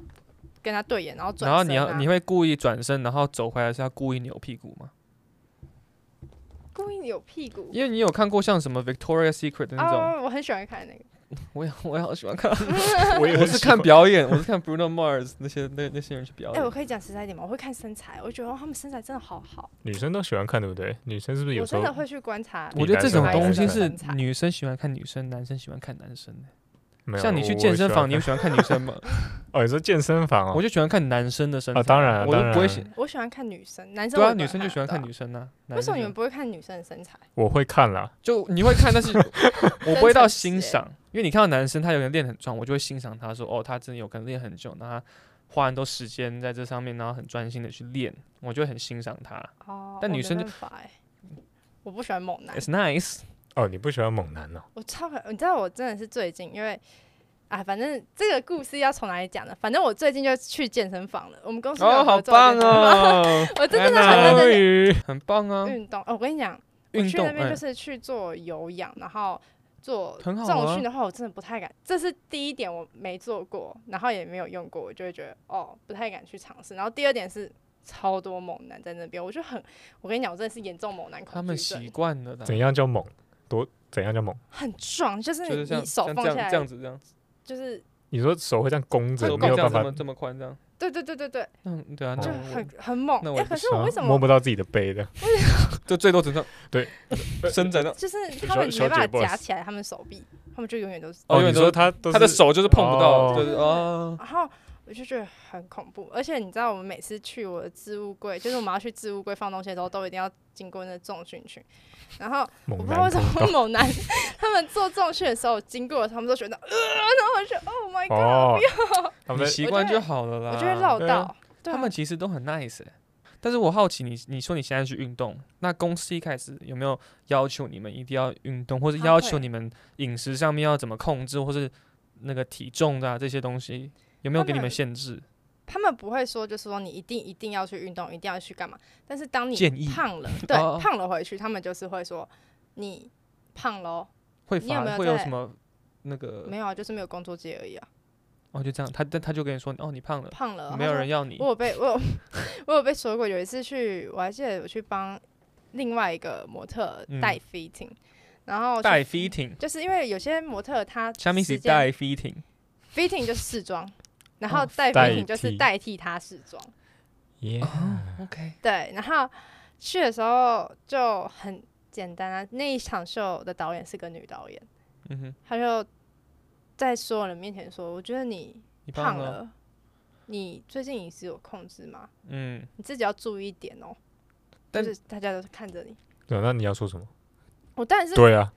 Speaker 2: 跟他对眼，然后转、
Speaker 1: 然
Speaker 2: 啊，
Speaker 1: 后你要你会故意转身，然后走回来是要故意扭屁股吗？
Speaker 2: 故意有屁股。
Speaker 1: 因为你有看过像什么 Victoria Secret 的那种，呃
Speaker 2: 哦，我很喜欢看那个，
Speaker 1: 我也我也好喜欢看，
Speaker 3: 我也
Speaker 1: 我是看表演，我是看 Bruno Mars 那些那那些人去表
Speaker 2: 哎、我
Speaker 1: 演。
Speaker 2: 可以讲实在一点吗？我会看身材，我觉得、哦、他们身材真的好好，
Speaker 3: 女生都喜欢看，对不对？女生是不是有
Speaker 2: 我
Speaker 3: 时
Speaker 2: 真
Speaker 3: 候
Speaker 2: 的会去观察。
Speaker 1: 我觉得这种东西是
Speaker 2: 身材
Speaker 1: 女生喜欢看女生，男生喜欢看男生的。
Speaker 3: 没有？
Speaker 1: 像你去
Speaker 3: 我
Speaker 1: 健身房，你
Speaker 3: 我
Speaker 1: 有
Speaker 3: 喜
Speaker 1: 喜欢看女生 吗？
Speaker 3: 欢看哦，你说健身房
Speaker 1: 我
Speaker 3: 哦，
Speaker 1: 就喜欢看男生的身材。
Speaker 3: 啊当然啊
Speaker 1: 我都
Speaker 3: 当
Speaker 1: 不会
Speaker 3: 然
Speaker 1: 喜。
Speaker 2: 我喜欢看女生，男生
Speaker 1: 对啊，
Speaker 2: 我也
Speaker 1: 女生就喜欢看
Speaker 2: 对啊
Speaker 1: 女生呐。男
Speaker 2: 为什
Speaker 1: 生
Speaker 2: 么你
Speaker 1: 就
Speaker 2: 们不会看女生的身材？
Speaker 3: 我会看啦。
Speaker 1: 就你会看，但 是我不会到欣
Speaker 2: 真诚实欸
Speaker 1: 赏，因为你看到男生他有人练很壮，我就会欣赏他说哦，他真的有可能练很久，那他花很多时间在这上面，然后很专心的去练，我就会很欣赏他。
Speaker 2: 哦，
Speaker 1: 但
Speaker 2: 我
Speaker 1: 女
Speaker 2: 没
Speaker 1: 生就哎
Speaker 2: 办法哎，我不喜欢猛男，
Speaker 1: It's nice，
Speaker 3: 哦，你不喜欢猛男哦？
Speaker 2: 我超可，你知道我真的是最近，因为啊，反正这个故事要从哪里讲呢？反正我最近就去健身房了，我们公司有
Speaker 1: 哦，好
Speaker 2: 合作的
Speaker 1: 棒
Speaker 2: 健身房！
Speaker 1: 哦，
Speaker 2: 我 真的
Speaker 1: 安娜
Speaker 2: 很认真地
Speaker 1: 很棒啊，
Speaker 2: 运动、哦，我跟你讲，我
Speaker 1: 运
Speaker 2: 去
Speaker 1: 动
Speaker 2: 那边
Speaker 1: 哎
Speaker 2: 就是去做有氧，然后做
Speaker 1: 很好啊
Speaker 2: 重训的话，我真的不太敢。这是第一点，我没做过，然后也没有用过，我就会觉得哦，不太敢去尝试。然后第二点是。超多猛男在那边，我就很，我跟你讲，我真的是严重猛男
Speaker 1: 他
Speaker 2: 恐
Speaker 1: 们
Speaker 2: 惧症
Speaker 1: 习，惯了的，
Speaker 3: 怎样叫猛？多怎样叫猛？
Speaker 2: 很壮，就是
Speaker 1: 就是像
Speaker 2: 你手
Speaker 1: 像
Speaker 2: 放
Speaker 1: 这样这
Speaker 2: 下来
Speaker 1: 样，子这样，
Speaker 2: 就是
Speaker 3: 你说手会这样弓着，
Speaker 1: 手
Speaker 3: 没
Speaker 1: 臂
Speaker 3: 有
Speaker 1: 这样这
Speaker 3: 办法哦
Speaker 1: 么这么宽这样，
Speaker 2: 对对对对对，
Speaker 1: 嗯，对啊，那
Speaker 2: 就
Speaker 1: 我
Speaker 2: 很很猛。
Speaker 1: 那
Speaker 2: 哎、
Speaker 1: 我也不啊
Speaker 2: 可是我为什
Speaker 3: 摸
Speaker 2: 么
Speaker 3: 不到自己的背的。
Speaker 1: 就最多只能
Speaker 3: 对
Speaker 1: 伸展到，
Speaker 2: 就是
Speaker 3: 小
Speaker 2: 他们
Speaker 3: 小
Speaker 2: 没办
Speaker 3: 姐不
Speaker 2: 法
Speaker 3: 好意
Speaker 2: 夹
Speaker 3: 思
Speaker 2: 起来他们手臂，他们就永远都是。
Speaker 1: 哦
Speaker 3: 哦，
Speaker 1: 因为
Speaker 3: 你
Speaker 1: 都
Speaker 3: 说他都
Speaker 1: 他的
Speaker 3: 是
Speaker 1: 手就是碰不
Speaker 3: 哦
Speaker 1: 到，就是
Speaker 2: 对对对
Speaker 1: 哦，
Speaker 2: 然后我就觉得很恐怖，而且你知道，我们每次去我的置物柜，就是我们要去置物柜放东西的时候，都一定要经过那重训群。然后我
Speaker 3: 猛
Speaker 2: 不知道为
Speaker 3: 男
Speaker 2: 什
Speaker 3: 碰
Speaker 2: 么
Speaker 3: 到
Speaker 2: 猛男他们做重训的时候经过的时候，他们都觉得呃，然后我就 Oh my God，、
Speaker 3: 哦，他们
Speaker 1: 你
Speaker 3: 在
Speaker 1: 习
Speaker 2: 我
Speaker 1: 惯
Speaker 2: 觉
Speaker 1: 就
Speaker 2: 得
Speaker 1: 好了啦，
Speaker 2: 我就会绕
Speaker 3: 对啊
Speaker 2: 道。对
Speaker 1: 他
Speaker 2: 啊
Speaker 1: 们其实都很 nice 欸、但是我好奇你，你说你现在去运动，那公司一开始有没有要求你们一定要运动，或者
Speaker 2: 他
Speaker 1: 要
Speaker 2: 啊会
Speaker 1: 求你们饮食上面要怎么控制，或是那个体重的、啊、这些东西，有没有
Speaker 2: 他
Speaker 1: 给你们
Speaker 2: 们
Speaker 1: 限制？
Speaker 2: 他们不会说，就是说你一定一定要去运动，一定要去干嘛。但是当你
Speaker 1: 建议
Speaker 2: 胖了，对
Speaker 1: 哦
Speaker 2: 胖了回去，他们就是会说你胖喽，
Speaker 1: 会
Speaker 2: 你有
Speaker 1: 罚
Speaker 2: 没有
Speaker 1: 会有
Speaker 2: 在
Speaker 1: 什么那个？
Speaker 2: 没有啊，就是没有工作接而已啊，
Speaker 1: 哦，就这样，他但他就跟你说，哦，你胖了，
Speaker 2: 胖了。
Speaker 1: 没有
Speaker 2: 他说
Speaker 1: 人要你
Speaker 2: 呃我。有被我有 我有被说过，有一次去，我还记得我去帮另外一个模特
Speaker 1: 嗯
Speaker 2: 带 fitting，、然后去
Speaker 1: 带 fitting，
Speaker 2: 就是因为有些模特她
Speaker 1: 下面是
Speaker 2: 时间
Speaker 1: 带 fitting，
Speaker 2: fitting 就是试妆，然后
Speaker 1: 哦
Speaker 2: 带
Speaker 3: 代
Speaker 2: fitting 就是
Speaker 3: 替
Speaker 2: 代替她试妆。
Speaker 3: 耶，
Speaker 1: ，OK，
Speaker 2: 对，然后去的时候就很简单啊。那一场秀的导演是个女导演，
Speaker 1: 嗯哼，
Speaker 2: 她就在所有人面前说：“我觉得你
Speaker 1: 你
Speaker 2: 胖
Speaker 1: 了，
Speaker 2: 了，你最近饮食有控制吗？
Speaker 1: 嗯，
Speaker 2: 你自己要注意一点哦。”
Speaker 1: 但
Speaker 2: 就是大家都是看着你，
Speaker 3: 对那你要说什么？
Speaker 2: 我当然是
Speaker 3: 对啊，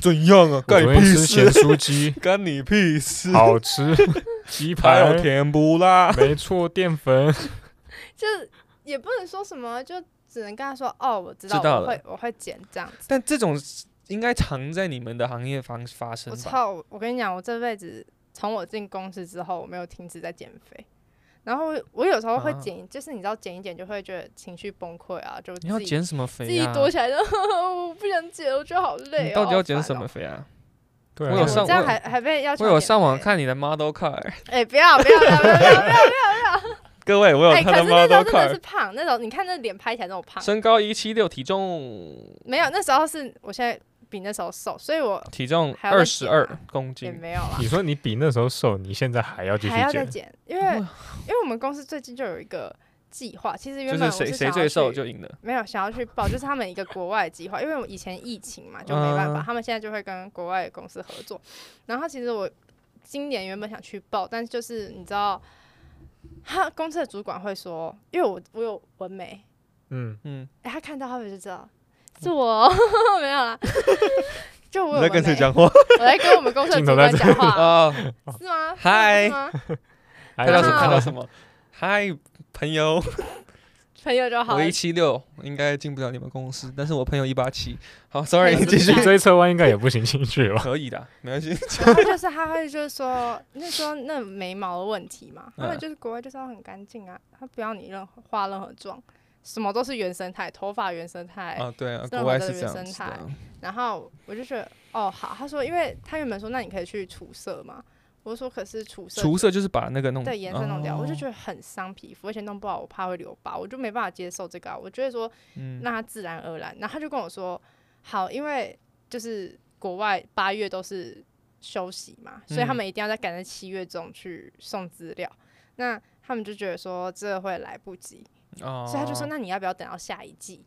Speaker 1: 怎样啊？
Speaker 3: 我
Speaker 1: 干
Speaker 3: 昨
Speaker 1: 你
Speaker 3: 天
Speaker 1: 屁
Speaker 3: 吃咸
Speaker 1: 事，
Speaker 3: 酥 鸡，
Speaker 1: 干你屁事，
Speaker 3: 好 吃， 鸡
Speaker 1: 还
Speaker 3: 排
Speaker 1: 有甜不辣，
Speaker 3: 没错，淀粉。
Speaker 2: 就是也不能说什么，就只能跟他说哦，我知道，
Speaker 1: 知道
Speaker 2: 我
Speaker 1: 了
Speaker 2: 会我会剪这样 子。
Speaker 1: 但这种应该常在你们的行业方发生
Speaker 2: 我
Speaker 1: 吧？
Speaker 2: 操！我跟你讲，我这辈子从我进公司之后，我没有停止在减肥。然后我有时候会
Speaker 1: 啊
Speaker 2: 减，就是你知道减一减就会觉得情绪崩溃啊，就
Speaker 1: 你要
Speaker 2: 自己
Speaker 1: 减什么
Speaker 2: 自
Speaker 1: 肥
Speaker 2: 己
Speaker 1: 啊？
Speaker 2: 躲起来就 我不想减，我觉得好累、
Speaker 1: 你
Speaker 2: 哦。
Speaker 1: 到底要
Speaker 2: 好
Speaker 1: 减
Speaker 2: 烦
Speaker 1: 什
Speaker 2: 哦
Speaker 1: 么？肥啊？
Speaker 3: 对
Speaker 1: 我
Speaker 3: 啊，
Speaker 1: 有
Speaker 2: 哎
Speaker 1: 上
Speaker 2: 这样
Speaker 1: 我
Speaker 2: 还还被要求
Speaker 1: 我有
Speaker 2: 减
Speaker 1: 上网
Speaker 2: 肥，
Speaker 1: 看你的 model card，
Speaker 2: 哎、不要不要不要不要不要不要！
Speaker 1: 各位，我有
Speaker 2: 哎、
Speaker 1: 他
Speaker 2: 可是
Speaker 1: 的
Speaker 2: 那时
Speaker 1: model
Speaker 2: 候真的是
Speaker 1: card，
Speaker 2: 胖，那时候你看那脸拍起来那么胖，
Speaker 1: 身高一七六，体重
Speaker 2: 没有，那时候是我现在比那时候瘦，所以我
Speaker 1: 体重
Speaker 2: 还要
Speaker 1: 二
Speaker 2: 再
Speaker 1: 十
Speaker 2: 减
Speaker 1: 二
Speaker 2: 啊
Speaker 1: 公
Speaker 2: 也
Speaker 1: 斤，
Speaker 2: 没有啦，
Speaker 3: 你说你比那时候瘦，你现在还要继续
Speaker 2: 还要再
Speaker 3: 减，
Speaker 2: 减，因为因为我们公司最近就有一个计划，其实
Speaker 1: 就
Speaker 2: 原本
Speaker 1: 是
Speaker 2: 我
Speaker 1: 谁
Speaker 2: 想
Speaker 1: 谁
Speaker 2: 要
Speaker 1: 最瘦
Speaker 2: 去
Speaker 1: 就赢了。
Speaker 2: 没有想要去报，就是他们一个国外的计划，因为我以前疫情嘛就没办法，
Speaker 1: 嗯
Speaker 2: 他们现在就会跟国外的公司合作。然后其实我今年原本想去报，但是就是你知道，他公司的主管会说，因为我我有纹眉，
Speaker 3: 嗯，
Speaker 1: 嗯，
Speaker 2: 哎，他看到他们就知道是我， 没有啦。就我有
Speaker 4: 你在
Speaker 2: 纹
Speaker 4: 跟谁
Speaker 2: 眉
Speaker 4: 讲 话？
Speaker 2: 我在跟我们公司的
Speaker 3: 镜
Speaker 2: 主
Speaker 3: 头
Speaker 2: 管
Speaker 3: 在
Speaker 2: 讲 话，
Speaker 1: 啊，
Speaker 2: 是吗？
Speaker 4: 嗨
Speaker 2: 是吗？
Speaker 3: 还
Speaker 1: 看到什么？
Speaker 2: 啊
Speaker 1: 看到什么？嗨，朋友，
Speaker 2: 朋友就好
Speaker 1: 我
Speaker 2: 了
Speaker 1: 一。七六，应该进不了你们公司，但是我朋友一八七。好，sorry，
Speaker 2: 对
Speaker 1: 继续
Speaker 2: 是。
Speaker 3: 追侧弯应该也不行进去吧？
Speaker 1: 可以的，没关系。
Speaker 2: 然后就是他会就是说， 那时候那眉毛的问题嘛，他们
Speaker 1: 嗯
Speaker 2: 就是国外就是要很干净啊，他不要你任何化任何妆，什么都是原生态，头发原生态。
Speaker 3: 嗯
Speaker 1: 啊，对啊，
Speaker 2: 这
Speaker 1: 国
Speaker 2: 种
Speaker 1: 外
Speaker 2: 的
Speaker 1: 是
Speaker 2: 原
Speaker 1: 这样
Speaker 2: 生
Speaker 1: 子
Speaker 2: 态
Speaker 1: 的。
Speaker 2: 然后我就觉得哦好，他说因为他原本说那你可以去除色嘛，我就说可是除色
Speaker 1: 除色就是把那个弄哦
Speaker 2: 对颜色弄掉，我就
Speaker 1: 得，
Speaker 2: 觉得很伤皮肤，而且弄不好我怕会留疤，我就没办法接受这个、啊。我觉得说
Speaker 1: 嗯，
Speaker 2: 让它自然而然。然后他就跟我说，好，因为就是国外八月都是休息嘛，所以他
Speaker 1: 嗯
Speaker 2: 们一定要在赶在七月中去送资料。那他们就觉得说这会来不及，
Speaker 1: 哦
Speaker 2: 所以他就说，那你要不要等到下一季？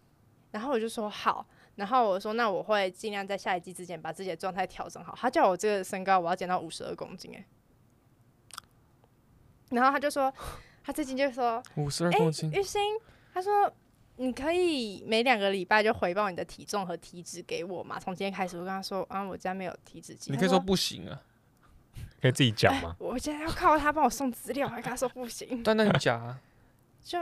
Speaker 2: 然后我就说好。然后我说，那我会尽量在下一季之前把自己的状态调整好。他叫我这个身高，我要减到五十二公斤、欸，然后他就说，他最近就说，
Speaker 1: 五十二
Speaker 2: 哎
Speaker 1: 公斤，
Speaker 2: 玉兴，他说你可以每两个礼拜就回报你的体重和体脂给我嘛。从今天开始，我跟他说啊，我家没有体脂计。
Speaker 1: 你
Speaker 2: 他
Speaker 1: 可以说不行啊，
Speaker 3: 可以自己讲吗？
Speaker 2: 我现在要靠他帮我送资料，我还跟他说不行，
Speaker 1: 但那很假啊。
Speaker 2: 就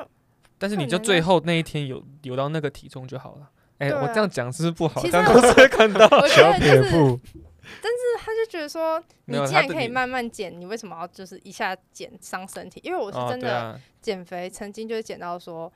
Speaker 1: 但是你
Speaker 2: 可
Speaker 1: 就
Speaker 2: 能
Speaker 1: 最
Speaker 2: 啊
Speaker 1: 后那一天有有到那个体重就好了。哎，
Speaker 2: 对
Speaker 1: 我
Speaker 2: 啊
Speaker 1: 这样讲是不是不好
Speaker 2: 其？实
Speaker 1: 但
Speaker 2: 我
Speaker 1: 是看到
Speaker 2: 我觉
Speaker 3: 小
Speaker 2: 得
Speaker 3: 撇
Speaker 2: 就是，就
Speaker 3: 步，
Speaker 2: 是觉得说
Speaker 1: 没
Speaker 2: 你
Speaker 1: 有
Speaker 2: 既
Speaker 1: 他
Speaker 2: 然
Speaker 1: 对
Speaker 2: 可以
Speaker 1: 你
Speaker 2: 慢慢减，你为什么要就是一下减伤身体？因为我是
Speaker 1: 哦
Speaker 2: 真
Speaker 1: 对
Speaker 2: 的
Speaker 1: 啊
Speaker 2: 减肥，曾经就是减到说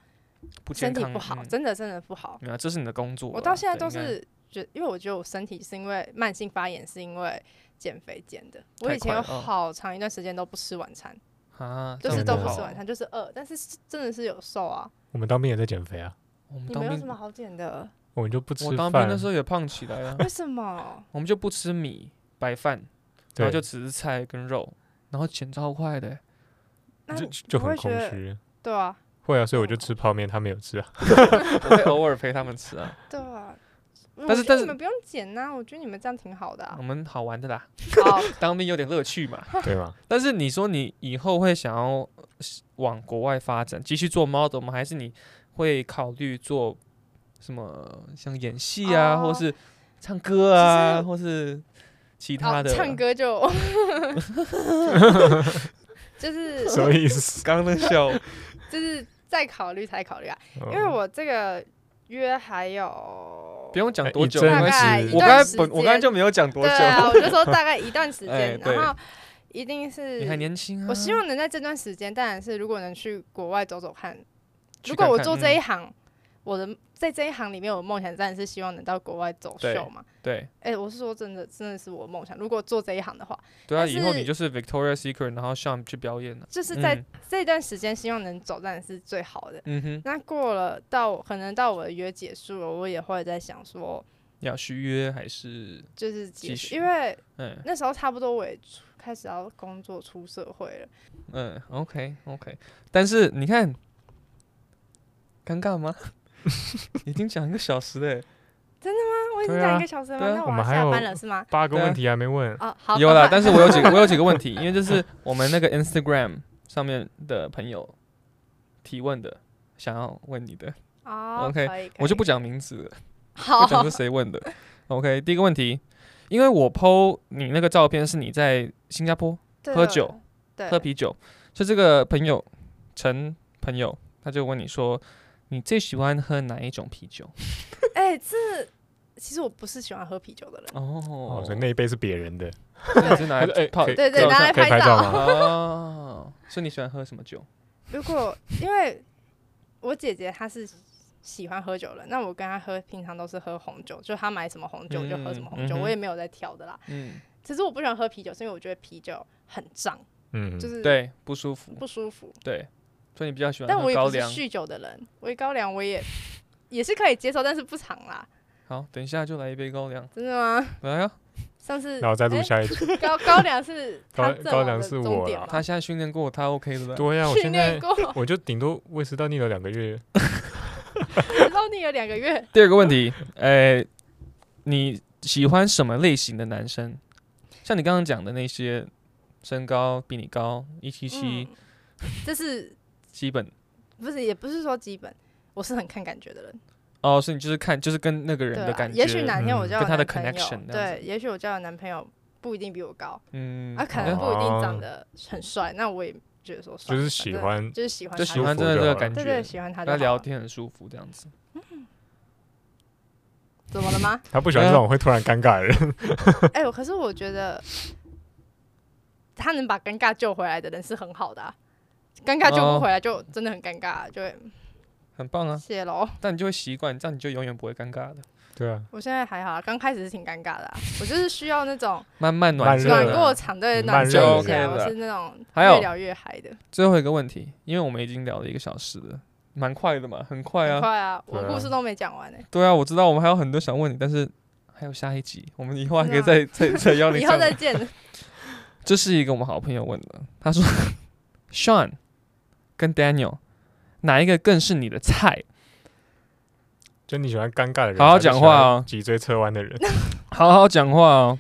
Speaker 1: 不健
Speaker 2: 身体
Speaker 1: 康，
Speaker 2: 不好，
Speaker 1: 嗯
Speaker 2: 真的真的不好。
Speaker 1: 没有，这是你的工作啊。
Speaker 2: 我到现在
Speaker 1: 对
Speaker 2: 都
Speaker 1: 应该
Speaker 2: 是觉，因为我觉得我身体是因为慢性发炎，是因为减肥减的。我
Speaker 1: 太
Speaker 2: 以前
Speaker 1: 快
Speaker 2: 有
Speaker 1: 了哦
Speaker 2: 好长一段时间都不吃晚餐，
Speaker 1: 啊，这
Speaker 2: 就
Speaker 1: 样
Speaker 2: 是
Speaker 1: 很
Speaker 2: 都
Speaker 1: 不
Speaker 2: 不
Speaker 1: 好
Speaker 2: 吃晚。餐，就是饿，但是是真的是有瘦啊。
Speaker 3: 我们当兵也在减肥啊，
Speaker 1: 我们
Speaker 2: 你
Speaker 1: 当
Speaker 2: 没有什
Speaker 1: 兵
Speaker 2: 么，好减 的，
Speaker 3: 我们就不吃
Speaker 1: 我
Speaker 3: 饭。
Speaker 1: 当兵的时候也胖起来啊，
Speaker 2: 为什么？
Speaker 1: 我们就不吃米白饭，然
Speaker 3: 对，
Speaker 1: 后就只是菜跟肉，然后减超快的。
Speaker 2: 那
Speaker 3: 就
Speaker 2: 你
Speaker 3: 就
Speaker 2: 不
Speaker 3: 很
Speaker 2: 会觉
Speaker 3: 空
Speaker 2: 得
Speaker 3: 虚。
Speaker 2: 对啊，
Speaker 3: 会啊，所以我就吃泡面，他没有吃 啊。
Speaker 1: 我会偶尔陪他们吃啊，
Speaker 2: 对啊。
Speaker 1: 但
Speaker 2: 但
Speaker 1: 是但是
Speaker 2: 你们不用减呐、我觉得你们这样挺好 的、啊
Speaker 1: 我。们好玩的啦，
Speaker 2: 好，
Speaker 1: 当兵有点乐趣嘛。
Speaker 3: 对吗？
Speaker 1: 但是你说你以后会想要呃往国外发展，继续做 model 吗？还是你会考虑做什么像演戏啊，
Speaker 2: 哦
Speaker 1: 或是唱歌啊，
Speaker 2: 其实
Speaker 1: 或是其他
Speaker 2: 好，
Speaker 1: 的？
Speaker 2: 哦唱歌就 就是
Speaker 3: 什么意思？
Speaker 1: 刚刚那笑，
Speaker 2: 就是再考虑才考虑啊，因为
Speaker 3: 哦
Speaker 2: 我这个约还有
Speaker 1: 不用讲
Speaker 3: 哎
Speaker 1: 多
Speaker 3: 一
Speaker 1: 久，
Speaker 3: 阵
Speaker 1: 没
Speaker 2: 大
Speaker 1: 关系。
Speaker 2: 概
Speaker 3: 是
Speaker 2: 一
Speaker 1: 我
Speaker 2: 段
Speaker 1: 刚才
Speaker 2: 时
Speaker 1: 本我刚才
Speaker 2: 间
Speaker 1: 就没有讲多久，
Speaker 2: 对啊，我就说大概一段时
Speaker 1: 哎
Speaker 2: 间，
Speaker 1: 对
Speaker 2: 然后一定是
Speaker 1: 你还年轻啊。
Speaker 2: 我希望能在这段时间，当然是如果能去国外走走看。
Speaker 1: 去
Speaker 2: 如果
Speaker 1: 看
Speaker 2: 我
Speaker 1: 看
Speaker 2: 做这一
Speaker 1: 嗯
Speaker 2: 行，我的在这一行里面，我的梦想当然是希望能到国外走
Speaker 1: 对
Speaker 2: 秀嘛。
Speaker 1: 对
Speaker 2: 哎、我是说真的，真的是我的梦想。如果做这一行的话，
Speaker 1: 对啊，
Speaker 2: 但
Speaker 1: 以后
Speaker 2: 是
Speaker 1: 你就是 Victoria Secret，然后上去表演了。
Speaker 2: 就是在
Speaker 1: 嗯
Speaker 2: 这段时间，希望能走，当然是最好的。
Speaker 1: 嗯哼，
Speaker 2: 那过了到可能到我的约结束了，我也会在想说，
Speaker 1: 要续约还是
Speaker 2: 就是
Speaker 1: 继
Speaker 2: 结束，
Speaker 1: 续
Speaker 2: 因为
Speaker 1: 嗯
Speaker 2: 那时候差不多我也出开始要工作出社会了。
Speaker 1: 嗯，OK OK，但是你看，尴尬 吗？已经讲一个小时嘞，
Speaker 2: 那我已经
Speaker 3: 对
Speaker 2: 讲
Speaker 3: 啊
Speaker 2: 一个小时了吗？
Speaker 1: 对啊
Speaker 2: 那
Speaker 3: 我
Speaker 2: 要
Speaker 3: 们还
Speaker 2: 下
Speaker 3: 有
Speaker 2: 班了是吗？
Speaker 3: 八个
Speaker 1: 对啊
Speaker 3: 问题还没问，
Speaker 2: 啊，好，
Speaker 1: 有啦，
Speaker 2: 赶快
Speaker 1: 但是我有 几个我有几个问题，因为这是我们那个 Instagram 上面的朋友提问的，想要问你的，
Speaker 2: 哦
Speaker 1: OK，
Speaker 2: 可以可
Speaker 1: 我就
Speaker 2: 以
Speaker 1: 不讲名字了，
Speaker 2: 好
Speaker 1: 不讲是谁问的。OK，第一个问题，因为我 PO 你那个照片是你在新加坡，
Speaker 2: 对
Speaker 1: 喝酒，
Speaker 2: 对
Speaker 1: 喝啤酒。所以这个朋友陈朋友，他就问你说，你最喜欢喝哪一种啤酒？
Speaker 2: 哎、这其实我不是喜欢喝啤酒的人，
Speaker 1: 哦
Speaker 3: 哦，所以那一杯是别人的，
Speaker 1: 那你是拿
Speaker 3: 他说
Speaker 1: 来
Speaker 3: 哎
Speaker 1: 泡
Speaker 3: 可以
Speaker 2: 对对
Speaker 3: 可以
Speaker 2: 拿来
Speaker 3: 可以
Speaker 2: 拍
Speaker 3: 拍
Speaker 2: 照
Speaker 3: 照吗？
Speaker 1: 哦，所以你喜欢喝什么酒？
Speaker 2: 如果因为我姐姐她是喜欢喝酒的，那我跟她喝平常都是喝红酒，就她买什么红酒就喝什么红酒，
Speaker 1: 嗯嗯哼
Speaker 2: 我也没有在挑的啦。
Speaker 1: 嗯，
Speaker 2: 其实我不喜欢喝啤酒，是因为我觉得啤酒很胀，
Speaker 3: 嗯，
Speaker 2: 就是
Speaker 1: 对，不舒服，
Speaker 2: 不舒服。
Speaker 1: 对，所以你比较喜欢
Speaker 2: 但我
Speaker 1: 喝
Speaker 2: 也
Speaker 1: 高
Speaker 2: 不是
Speaker 1: 粱。
Speaker 2: 酗酒的人，我高粱我也也是可以接受，但是不常啦。
Speaker 1: 好，等一下就来一杯高粱，
Speaker 2: 真的吗？
Speaker 1: 来啊！
Speaker 2: 上次
Speaker 3: 然后再录
Speaker 2: 哎
Speaker 3: 下一集。
Speaker 2: 高高粱是
Speaker 3: 高
Speaker 2: 他阵
Speaker 3: 高
Speaker 2: 亡
Speaker 3: 粱
Speaker 2: 的
Speaker 3: 是
Speaker 2: 终
Speaker 3: 我
Speaker 2: 点
Speaker 3: 啦
Speaker 2: 吗
Speaker 1: 他现在训练过，他 OK 的吧。
Speaker 3: 对呀、啊我
Speaker 2: 训
Speaker 3: 现在
Speaker 2: 练过，
Speaker 3: 我就顶多胃食道逆流两个
Speaker 1: 哦
Speaker 3: 月。
Speaker 2: 然后你有两个月
Speaker 1: 第二个问题，哎，你喜欢什么类型的男生？像你刚刚讲的那些，身高比你高一七七，
Speaker 2: 嗯这是
Speaker 1: 基本
Speaker 2: 不是也不是说基本，我是很看感觉的人，
Speaker 1: 哦，所以你就是看，就是跟那个人
Speaker 2: 对
Speaker 1: 的
Speaker 2: 啊
Speaker 1: 感，觉，
Speaker 2: 也许哪天我
Speaker 3: 嗯
Speaker 2: 交
Speaker 1: 跟他
Speaker 2: 了
Speaker 1: 的
Speaker 2: 男朋
Speaker 1: connection
Speaker 2: 友，
Speaker 1: 这样
Speaker 2: 对，也许我交的男朋友不一定比我高，
Speaker 1: 嗯，
Speaker 2: 他啊可能
Speaker 1: 好
Speaker 2: 不一定
Speaker 3: 哦
Speaker 2: 长得很帅，那我也觉得说帅，
Speaker 3: 就是
Speaker 2: 反
Speaker 3: 喜
Speaker 1: 啊
Speaker 2: 正
Speaker 3: 欢
Speaker 2: 就是喜欢
Speaker 1: 就
Speaker 2: 他
Speaker 1: 喜欢
Speaker 3: 舒服
Speaker 1: 真的
Speaker 3: 就
Speaker 1: 这个
Speaker 3: 好了
Speaker 1: 感
Speaker 2: 对对，
Speaker 1: 觉，
Speaker 2: 喜欢他
Speaker 1: 跟他
Speaker 2: 就好
Speaker 1: 聊
Speaker 2: 了，
Speaker 1: 天很舒服这样子。
Speaker 2: 怎么了吗？
Speaker 3: 他不喜欢这种会突然尴尬的人。
Speaker 2: 哎、我可是我觉得他能把尴尬救回来的人是很好的、啊，尴尬救
Speaker 1: 哦嗯
Speaker 2: 不回来就真的很尴尬、就会
Speaker 1: 很棒啊！
Speaker 2: 谢喽。
Speaker 1: 但你就会习惯，这样你就永远不会尴尬的。
Speaker 3: 对啊，
Speaker 2: 我现在还好啊，刚开始是挺尴尬的啊、我就是需要那种
Speaker 1: 慢慢暖
Speaker 3: 慢
Speaker 1: 热
Speaker 2: 暖
Speaker 1: 了
Speaker 2: 过场，对，
Speaker 3: 嗯
Speaker 2: 暖
Speaker 3: 慢
Speaker 2: 身
Speaker 1: 热
Speaker 2: 一下。
Speaker 1: 了
Speaker 2: 我是那种
Speaker 1: 还有
Speaker 2: 越聊越嗨的，
Speaker 1: 最后一个问题，因为我们已经聊了一个小时了，蛮快的嘛，很快
Speaker 2: 很
Speaker 1: 啊。
Speaker 2: 快啊，
Speaker 3: 对
Speaker 2: 我
Speaker 3: 啊
Speaker 2: 故事都没讲完呢、欸
Speaker 1: 对啊，我知道我们还有很多想问你，但是还有下一集，我们以后还可以
Speaker 2: 真的
Speaker 1: 再再再邀你
Speaker 2: 以
Speaker 1: 上
Speaker 2: 后再
Speaker 1: 来。
Speaker 2: 见。
Speaker 1: 这是一个我们好朋友问的，他说 ：“Sean 跟 Daniel 哪一个更是你的菜
Speaker 3: 就你喜欢尴尬的人，
Speaker 1: 好好讲话哦
Speaker 3: 还是喜欢脊椎侧弯的 人，？”
Speaker 1: 好好讲话哦。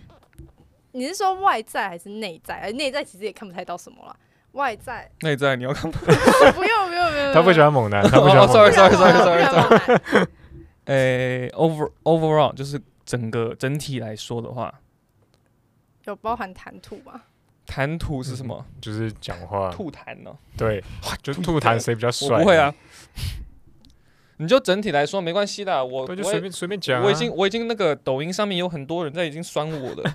Speaker 2: 你是说外在还是内在？哎，内在其实也看不太到什么了。外在哦
Speaker 1: 内在你要干嘛？
Speaker 2: 不用不用不用，
Speaker 3: 他不喜
Speaker 2: 用。
Speaker 3: 欢猛男，他不喜欢猛
Speaker 1: 哦 sorry，
Speaker 3: 男。
Speaker 1: sorry，
Speaker 2: 不用
Speaker 1: sorry，
Speaker 2: 不用不用
Speaker 1: 诶、o v e r overall 就是整个整体来说的话，
Speaker 2: 有包含谈吐吗？
Speaker 1: 谈吐是什么？
Speaker 3: 就是讲话，
Speaker 1: 吐痰哦呢、
Speaker 3: 对， 就吐痰谁比较帅？
Speaker 1: 我不会啊。 你就整体来说没关系的，啊我
Speaker 3: 对，就
Speaker 1: 我
Speaker 3: 随
Speaker 1: 也
Speaker 3: 便随便讲啊。
Speaker 1: 我已经我已经那个抖音上面有很多人在已经酸我了，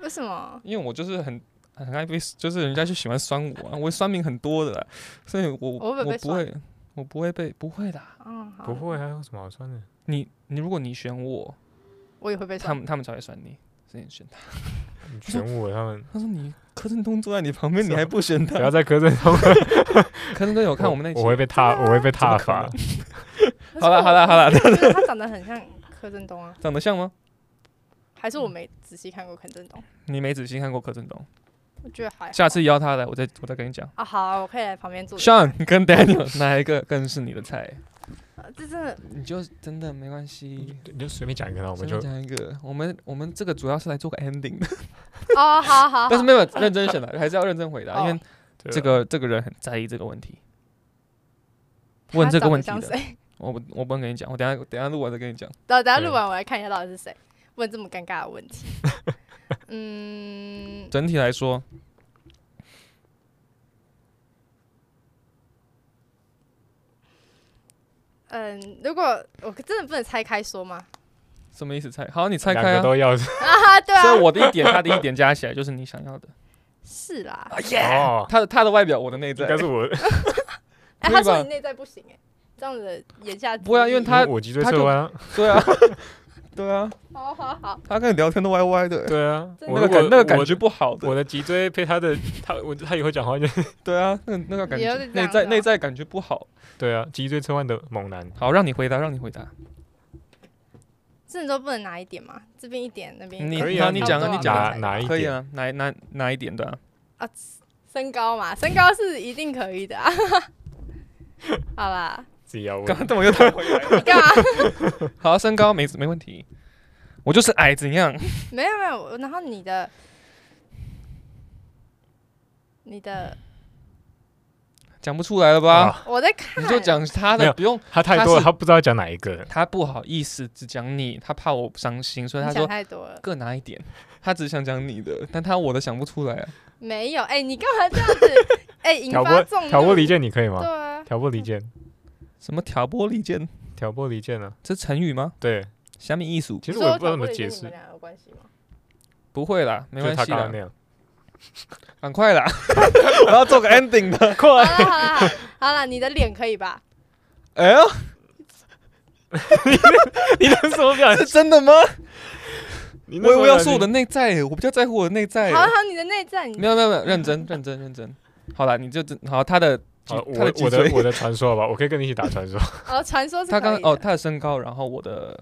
Speaker 2: 为什么？
Speaker 1: 因为我就是很很爱被，就是人家就喜欢酸我啊，我酸民很多的啦，所以我
Speaker 2: 我会不会被
Speaker 1: 不会我不会被不会的啊。
Speaker 2: 嗯，好
Speaker 3: 不会啊，有什么好酸的？
Speaker 1: 你你如果你选我，
Speaker 2: 我也会被
Speaker 1: 他
Speaker 2: 酸。
Speaker 1: 们他们才会酸你，所以你选他。
Speaker 3: 你选我，他们
Speaker 1: 他说你柯震东坐在你旁边，你还不选
Speaker 3: 啊不
Speaker 1: 他？
Speaker 3: 要再苛政他们。
Speaker 1: 柯震东有看我们那集
Speaker 3: 我会 被踏，我会被
Speaker 1: 怎么
Speaker 3: 踏伐
Speaker 1: 可。
Speaker 2: 可是
Speaker 1: 好了
Speaker 2: 我
Speaker 1: 好了好了
Speaker 2: 我觉得他长得很像柯震东啊，
Speaker 1: 长得像吗？
Speaker 2: 还是我没仔细看过柯震东？
Speaker 1: 你没仔细看过柯震东，
Speaker 2: 我觉得还好
Speaker 1: 下次邀他来，我再我再跟你讲。
Speaker 2: 啊，好啊，我可以来旁边坐着看。
Speaker 1: Sean 跟 Daniel 哪一个更是你的菜？
Speaker 2: 呃这真的
Speaker 1: 你就真的没关系，
Speaker 3: 你就随便讲一个，然后我们
Speaker 1: 随
Speaker 3: 就
Speaker 1: 便讲一个。我们我们这个主要是来做个 ending 的，
Speaker 2: 哦，好好，
Speaker 1: 但是
Speaker 2: 好
Speaker 1: 没有认真选的，还是要认真回答，
Speaker 2: 哦
Speaker 1: 因为
Speaker 3: 对啊
Speaker 1: 这个这个人很在意这个问题。
Speaker 2: 他
Speaker 1: 问这个
Speaker 2: 长得
Speaker 1: 问题
Speaker 2: 像
Speaker 1: 的，
Speaker 2: 谁？
Speaker 1: 我不我不能跟你讲，我等下等下录完再跟你讲。
Speaker 2: 等等下录
Speaker 3: 对
Speaker 2: 完我来看一下到底是谁问这么尴尬的问 题。嗯，
Speaker 1: 整体来说，
Speaker 2: 嗯，如果我真的不能拆开说吗？
Speaker 1: 什么意思猜？好，你猜
Speaker 3: 两
Speaker 1: 开
Speaker 3: 个
Speaker 1: 啊。
Speaker 3: 都要。
Speaker 2: 啊，对
Speaker 1: 所以
Speaker 2: 啊，
Speaker 1: 我的一点，他的一点加起来就是你想要 的。
Speaker 2: 是啦。
Speaker 3: 哦，
Speaker 1: 他的他的外表，我的内
Speaker 3: 应
Speaker 1: 在
Speaker 3: 该。是我，
Speaker 2: 哎，
Speaker 1: 可以
Speaker 2: 他说
Speaker 1: 吧
Speaker 2: 你内在不行哎，这样子的言下之
Speaker 1: 不会啊因为
Speaker 2: 意
Speaker 1: 他
Speaker 3: 我脊椎侧弯啊。
Speaker 1: 对啊，对啊，
Speaker 2: 好好好，
Speaker 1: 他跟你聊天都歪歪的。
Speaker 3: 对啊，
Speaker 2: 真
Speaker 1: 那
Speaker 2: 的
Speaker 3: 我
Speaker 1: 个
Speaker 3: 如
Speaker 1: 感
Speaker 3: 果
Speaker 1: 那个感
Speaker 3: 我
Speaker 1: 觉不好的
Speaker 3: 我，的脊椎配他的，他我他以后讲话就
Speaker 1: 对啊，那个那个感
Speaker 2: 你
Speaker 1: 觉
Speaker 2: 要是这
Speaker 1: 内
Speaker 2: 样
Speaker 1: 在
Speaker 2: 子
Speaker 1: 内
Speaker 2: 哦
Speaker 1: 在感觉不好。
Speaker 3: 对啊，脊椎侧弯的猛男，
Speaker 1: 好，让你回答，让你回答。
Speaker 2: 真的都不能拿一点吗？这边一点，那边一
Speaker 1: 你
Speaker 2: 点
Speaker 3: 可以啊
Speaker 2: 差
Speaker 3: 你
Speaker 2: 不
Speaker 1: 讲啊
Speaker 2: 多
Speaker 1: 你
Speaker 2: 吧
Speaker 1: 讲啊
Speaker 2: 我才
Speaker 3: 哪一
Speaker 1: 可以
Speaker 3: 点
Speaker 1: 啊，哪哪哪一点的、啊？
Speaker 2: 身高嘛，身高是一定可以的啊。 好啦，
Speaker 3: 自己要问
Speaker 1: 刚。刚怎么又弹回来了？
Speaker 2: 你干嘛？
Speaker 1: 好，啊身高没没问题，我就是矮，怎样？
Speaker 2: 没有没有，我然后你的，你的，
Speaker 1: 讲不出来了吧？
Speaker 3: 啊
Speaker 2: 我在看，
Speaker 1: 你就讲他
Speaker 3: 没
Speaker 1: 的，
Speaker 3: 有
Speaker 1: 不用
Speaker 3: 他太多了，他不知道讲哪一个。
Speaker 1: 他不好意思只讲你，他怕我伤心，所以
Speaker 2: 你
Speaker 1: 他
Speaker 2: 想
Speaker 1: 说
Speaker 2: 太多了。
Speaker 1: 各拿一点。他只想讲你的，但他我的想不出来啊。
Speaker 2: 没 有，哎、你干嘛这样子？哎、引
Speaker 3: 挑
Speaker 2: 发
Speaker 3: 拨
Speaker 2: 众怒
Speaker 3: 挑拨离间，你可以
Speaker 2: 对
Speaker 3: 吗？
Speaker 2: 啊，
Speaker 3: 挑拨离间，
Speaker 1: 什么挑拨离间，
Speaker 3: 挑拨离间啊。
Speaker 1: 这成语吗？
Speaker 3: 对，
Speaker 1: 虾米艺术？
Speaker 3: 其实
Speaker 2: 你
Speaker 3: 我也
Speaker 2: 说
Speaker 3: 不知道怎么
Speaker 2: 挑拨离间
Speaker 3: 解
Speaker 2: 跟你们
Speaker 3: 释，
Speaker 2: 俩有关系吗？
Speaker 1: 不会啦，没
Speaker 3: 就是
Speaker 1: 关
Speaker 3: 他
Speaker 1: 系
Speaker 3: 刚
Speaker 1: 啦
Speaker 3: 刚那，样。
Speaker 1: 赶快啦！
Speaker 4: 我要做个 ending 的，
Speaker 2: 好
Speaker 4: 快！
Speaker 2: 啦好啦好啦好啦，你的脸可以吧？
Speaker 1: 哎呦，
Speaker 3: 你的什么表
Speaker 1: 是真 的吗？
Speaker 3: 情？
Speaker 1: 我我要说我的
Speaker 3: 的，
Speaker 1: 内在，我比较在乎我的内在。
Speaker 2: 好好，你的内在，你
Speaker 1: 哎没有没有没有，认 真认真认真。好啦，你就真好，他的脊
Speaker 3: 好
Speaker 1: 他
Speaker 3: 我
Speaker 1: 的脊
Speaker 3: 我的
Speaker 1: 椎，
Speaker 3: 我的传说吧，我可以跟你一起打 传说。
Speaker 2: 哦，传说是
Speaker 1: 他
Speaker 2: 可
Speaker 1: 刚
Speaker 2: 以的
Speaker 1: 哦他的身高，然后我的，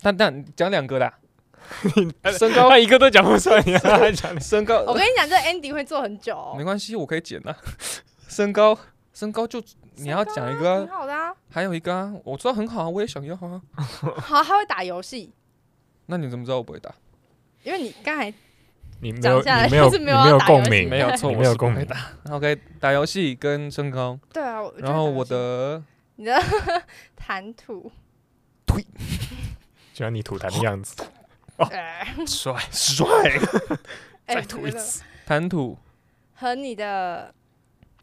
Speaker 1: 但但讲两个 啦，身高
Speaker 3: 他一个都讲不出来，你还讲
Speaker 1: 身高
Speaker 2: 我跟你讲，这 Andy 会做很久哦
Speaker 1: 没。关系，我可以减啊。身高身高就你要讲一个
Speaker 2: 很
Speaker 1: 啊，
Speaker 2: 好的啊，
Speaker 1: 还有一个啊，我知道很好啊，我也想要啊。
Speaker 2: 好，他会打游戏，
Speaker 1: 那你怎么知道我不会打？
Speaker 2: 因为你刚才
Speaker 3: 你没有
Speaker 2: 讲下来
Speaker 3: 你没有
Speaker 2: 就是
Speaker 3: 你
Speaker 2: 没有要
Speaker 3: 没有
Speaker 2: 打
Speaker 3: 共
Speaker 2: 游戏
Speaker 3: 鸣，
Speaker 1: 没有错，
Speaker 3: 你
Speaker 1: 我
Speaker 3: 没有
Speaker 1: 是不
Speaker 3: 共
Speaker 1: 会
Speaker 3: 鸣。
Speaker 1: 打。OK，打游戏跟身高，
Speaker 2: 对啊，我
Speaker 1: 然后我的
Speaker 2: 你的谈吐，
Speaker 3: 喜欢你吐痰的样子，
Speaker 1: 哦
Speaker 2: 哎
Speaker 3: 帅。
Speaker 4: 帅，
Speaker 2: 哎
Speaker 4: 再吐一
Speaker 2: 真的
Speaker 4: 次。
Speaker 1: 谈吐
Speaker 2: 和你的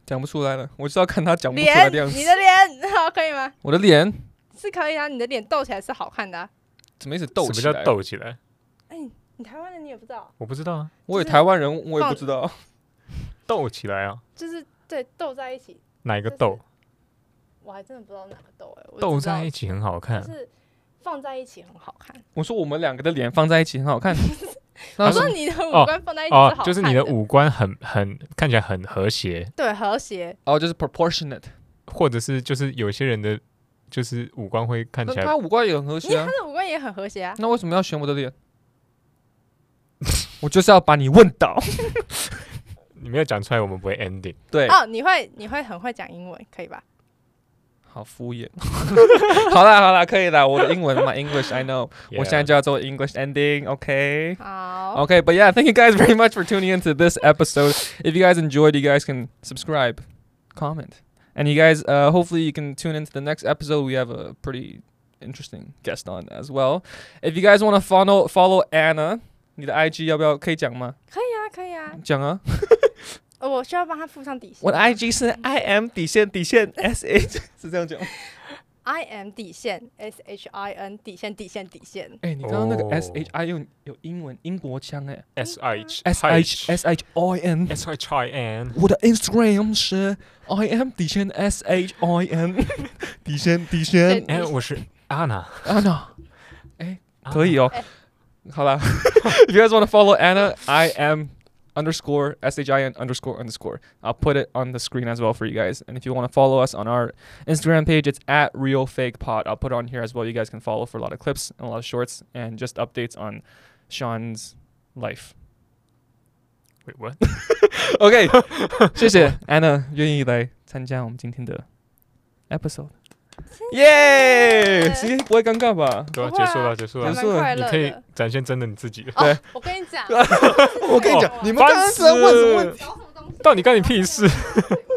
Speaker 1: 讲不出来了，我知道看他讲不出来
Speaker 2: 脸，
Speaker 1: 的样子
Speaker 2: 你。的脸，好，可以吗？
Speaker 1: 我的脸
Speaker 2: 是可以啊，你的脸斗起来是好看的啊。
Speaker 1: 怎么一直斗
Speaker 3: 什
Speaker 1: 起
Speaker 3: 么
Speaker 1: 来
Speaker 3: 叫？斗起来？
Speaker 2: 哎，你台湾人你也不知道，
Speaker 3: 我不知道啊，
Speaker 1: 我也
Speaker 2: 就是
Speaker 1: 台湾人，我也不
Speaker 2: 放
Speaker 1: 知道。
Speaker 3: 斗起来啊，
Speaker 2: 就是对斗在一起，
Speaker 3: 哪一个
Speaker 2: 就是
Speaker 3: 斗？
Speaker 2: 我还真的不知道哪个斗哎，我只
Speaker 3: 斗
Speaker 2: 知道
Speaker 3: 在一起很好
Speaker 2: 就
Speaker 3: 看，
Speaker 2: 是放在一起很好看。
Speaker 1: 我说我们两个的脸放在一起很好 看。那
Speaker 2: 我
Speaker 1: 是
Speaker 2: 说哎你的五
Speaker 3: 哦
Speaker 2: 官放在一起
Speaker 3: 哦
Speaker 2: 好，看
Speaker 3: 就是你的五官很很看起来很和谐，
Speaker 2: 对和谐，
Speaker 1: 哦，就是 proportionate。
Speaker 3: 或者是就是有些人的就是五官会看
Speaker 1: 那
Speaker 3: 起来
Speaker 1: 他五官也很和
Speaker 2: 你
Speaker 1: 谐啊
Speaker 2: 看。的五官也很和谐啊。
Speaker 1: 那为什么要选我的脸？ 我就是要把你问 倒。
Speaker 3: 你没有讲出来，我们不会 ending。
Speaker 1: 对，
Speaker 2: 哦，你会你会很会讲英文，可 以吧？
Speaker 1: 好敷衍。 好啦好啦，可以啦。我的英文嘛，English I know。我现在
Speaker 3: Yeah
Speaker 1: 就要做 English ending。OK。
Speaker 2: 好。
Speaker 1: Okay, but yeah, thank you guys very much for tuning into this episode. If you guys enjoyed, you guys can subscribe, comment, and you guys uh, hopefully you can tune into the next episode. We have a pretty interesting guest on as well. If you guys want to follow follow Anna, 你的 IG 要不要可以讲吗？
Speaker 2: 可以啊，可以啊，
Speaker 1: 讲啊，
Speaker 2: 呃我需要帮他附上底线。嗯
Speaker 1: 我的 IG 是 I M 底线底线 S H 是这样讲吗。
Speaker 2: I M 底线 S H I N 底线底线底线。
Speaker 1: 哎、Eh, 你刚刚那个
Speaker 3: 哦
Speaker 1: S H I 有有英文英国腔哎、
Speaker 3: S H
Speaker 1: S H S H I N。
Speaker 3: S H I N
Speaker 1: 我的 Instagram 是 I M 底线 S H I N 底线底线
Speaker 3: 哎，我是 Anna，
Speaker 1: Anna，哎，可 以哦
Speaker 2: 哎。
Speaker 1: 好啦 ，If you guys want to follow Anna, I am underscore S H I N underscore underscore. I'll put it on the screen as well for you guys. And if you want to follow us on our Instagram page, it's at Real Fake Pod. I'll put it on here as well. You guys can follow for a lot of clips and a lot of shorts and just updates on Sean's life.
Speaker 3: Wait, what？
Speaker 1: OK，谢谢 Anna 愿意来参加我们今天的 episode。耶！时 间不会尴尬吧？
Speaker 3: 对啊，
Speaker 2: 不会
Speaker 3: 结
Speaker 2: 啊
Speaker 3: 束了，结束
Speaker 2: 还
Speaker 1: 结
Speaker 2: 蛮
Speaker 3: 了
Speaker 1: 束了
Speaker 2: 啊快
Speaker 3: 你
Speaker 2: 乐
Speaker 3: 可以
Speaker 2: 的。
Speaker 3: 展现真的你自己了。
Speaker 2: 哦，我跟你讲，
Speaker 1: 我跟你
Speaker 2: 哦
Speaker 1: 讲，你们刚刚是在问什么问题？
Speaker 2: 搞什么东西？
Speaker 3: 到底干你屁事？
Speaker 2: 我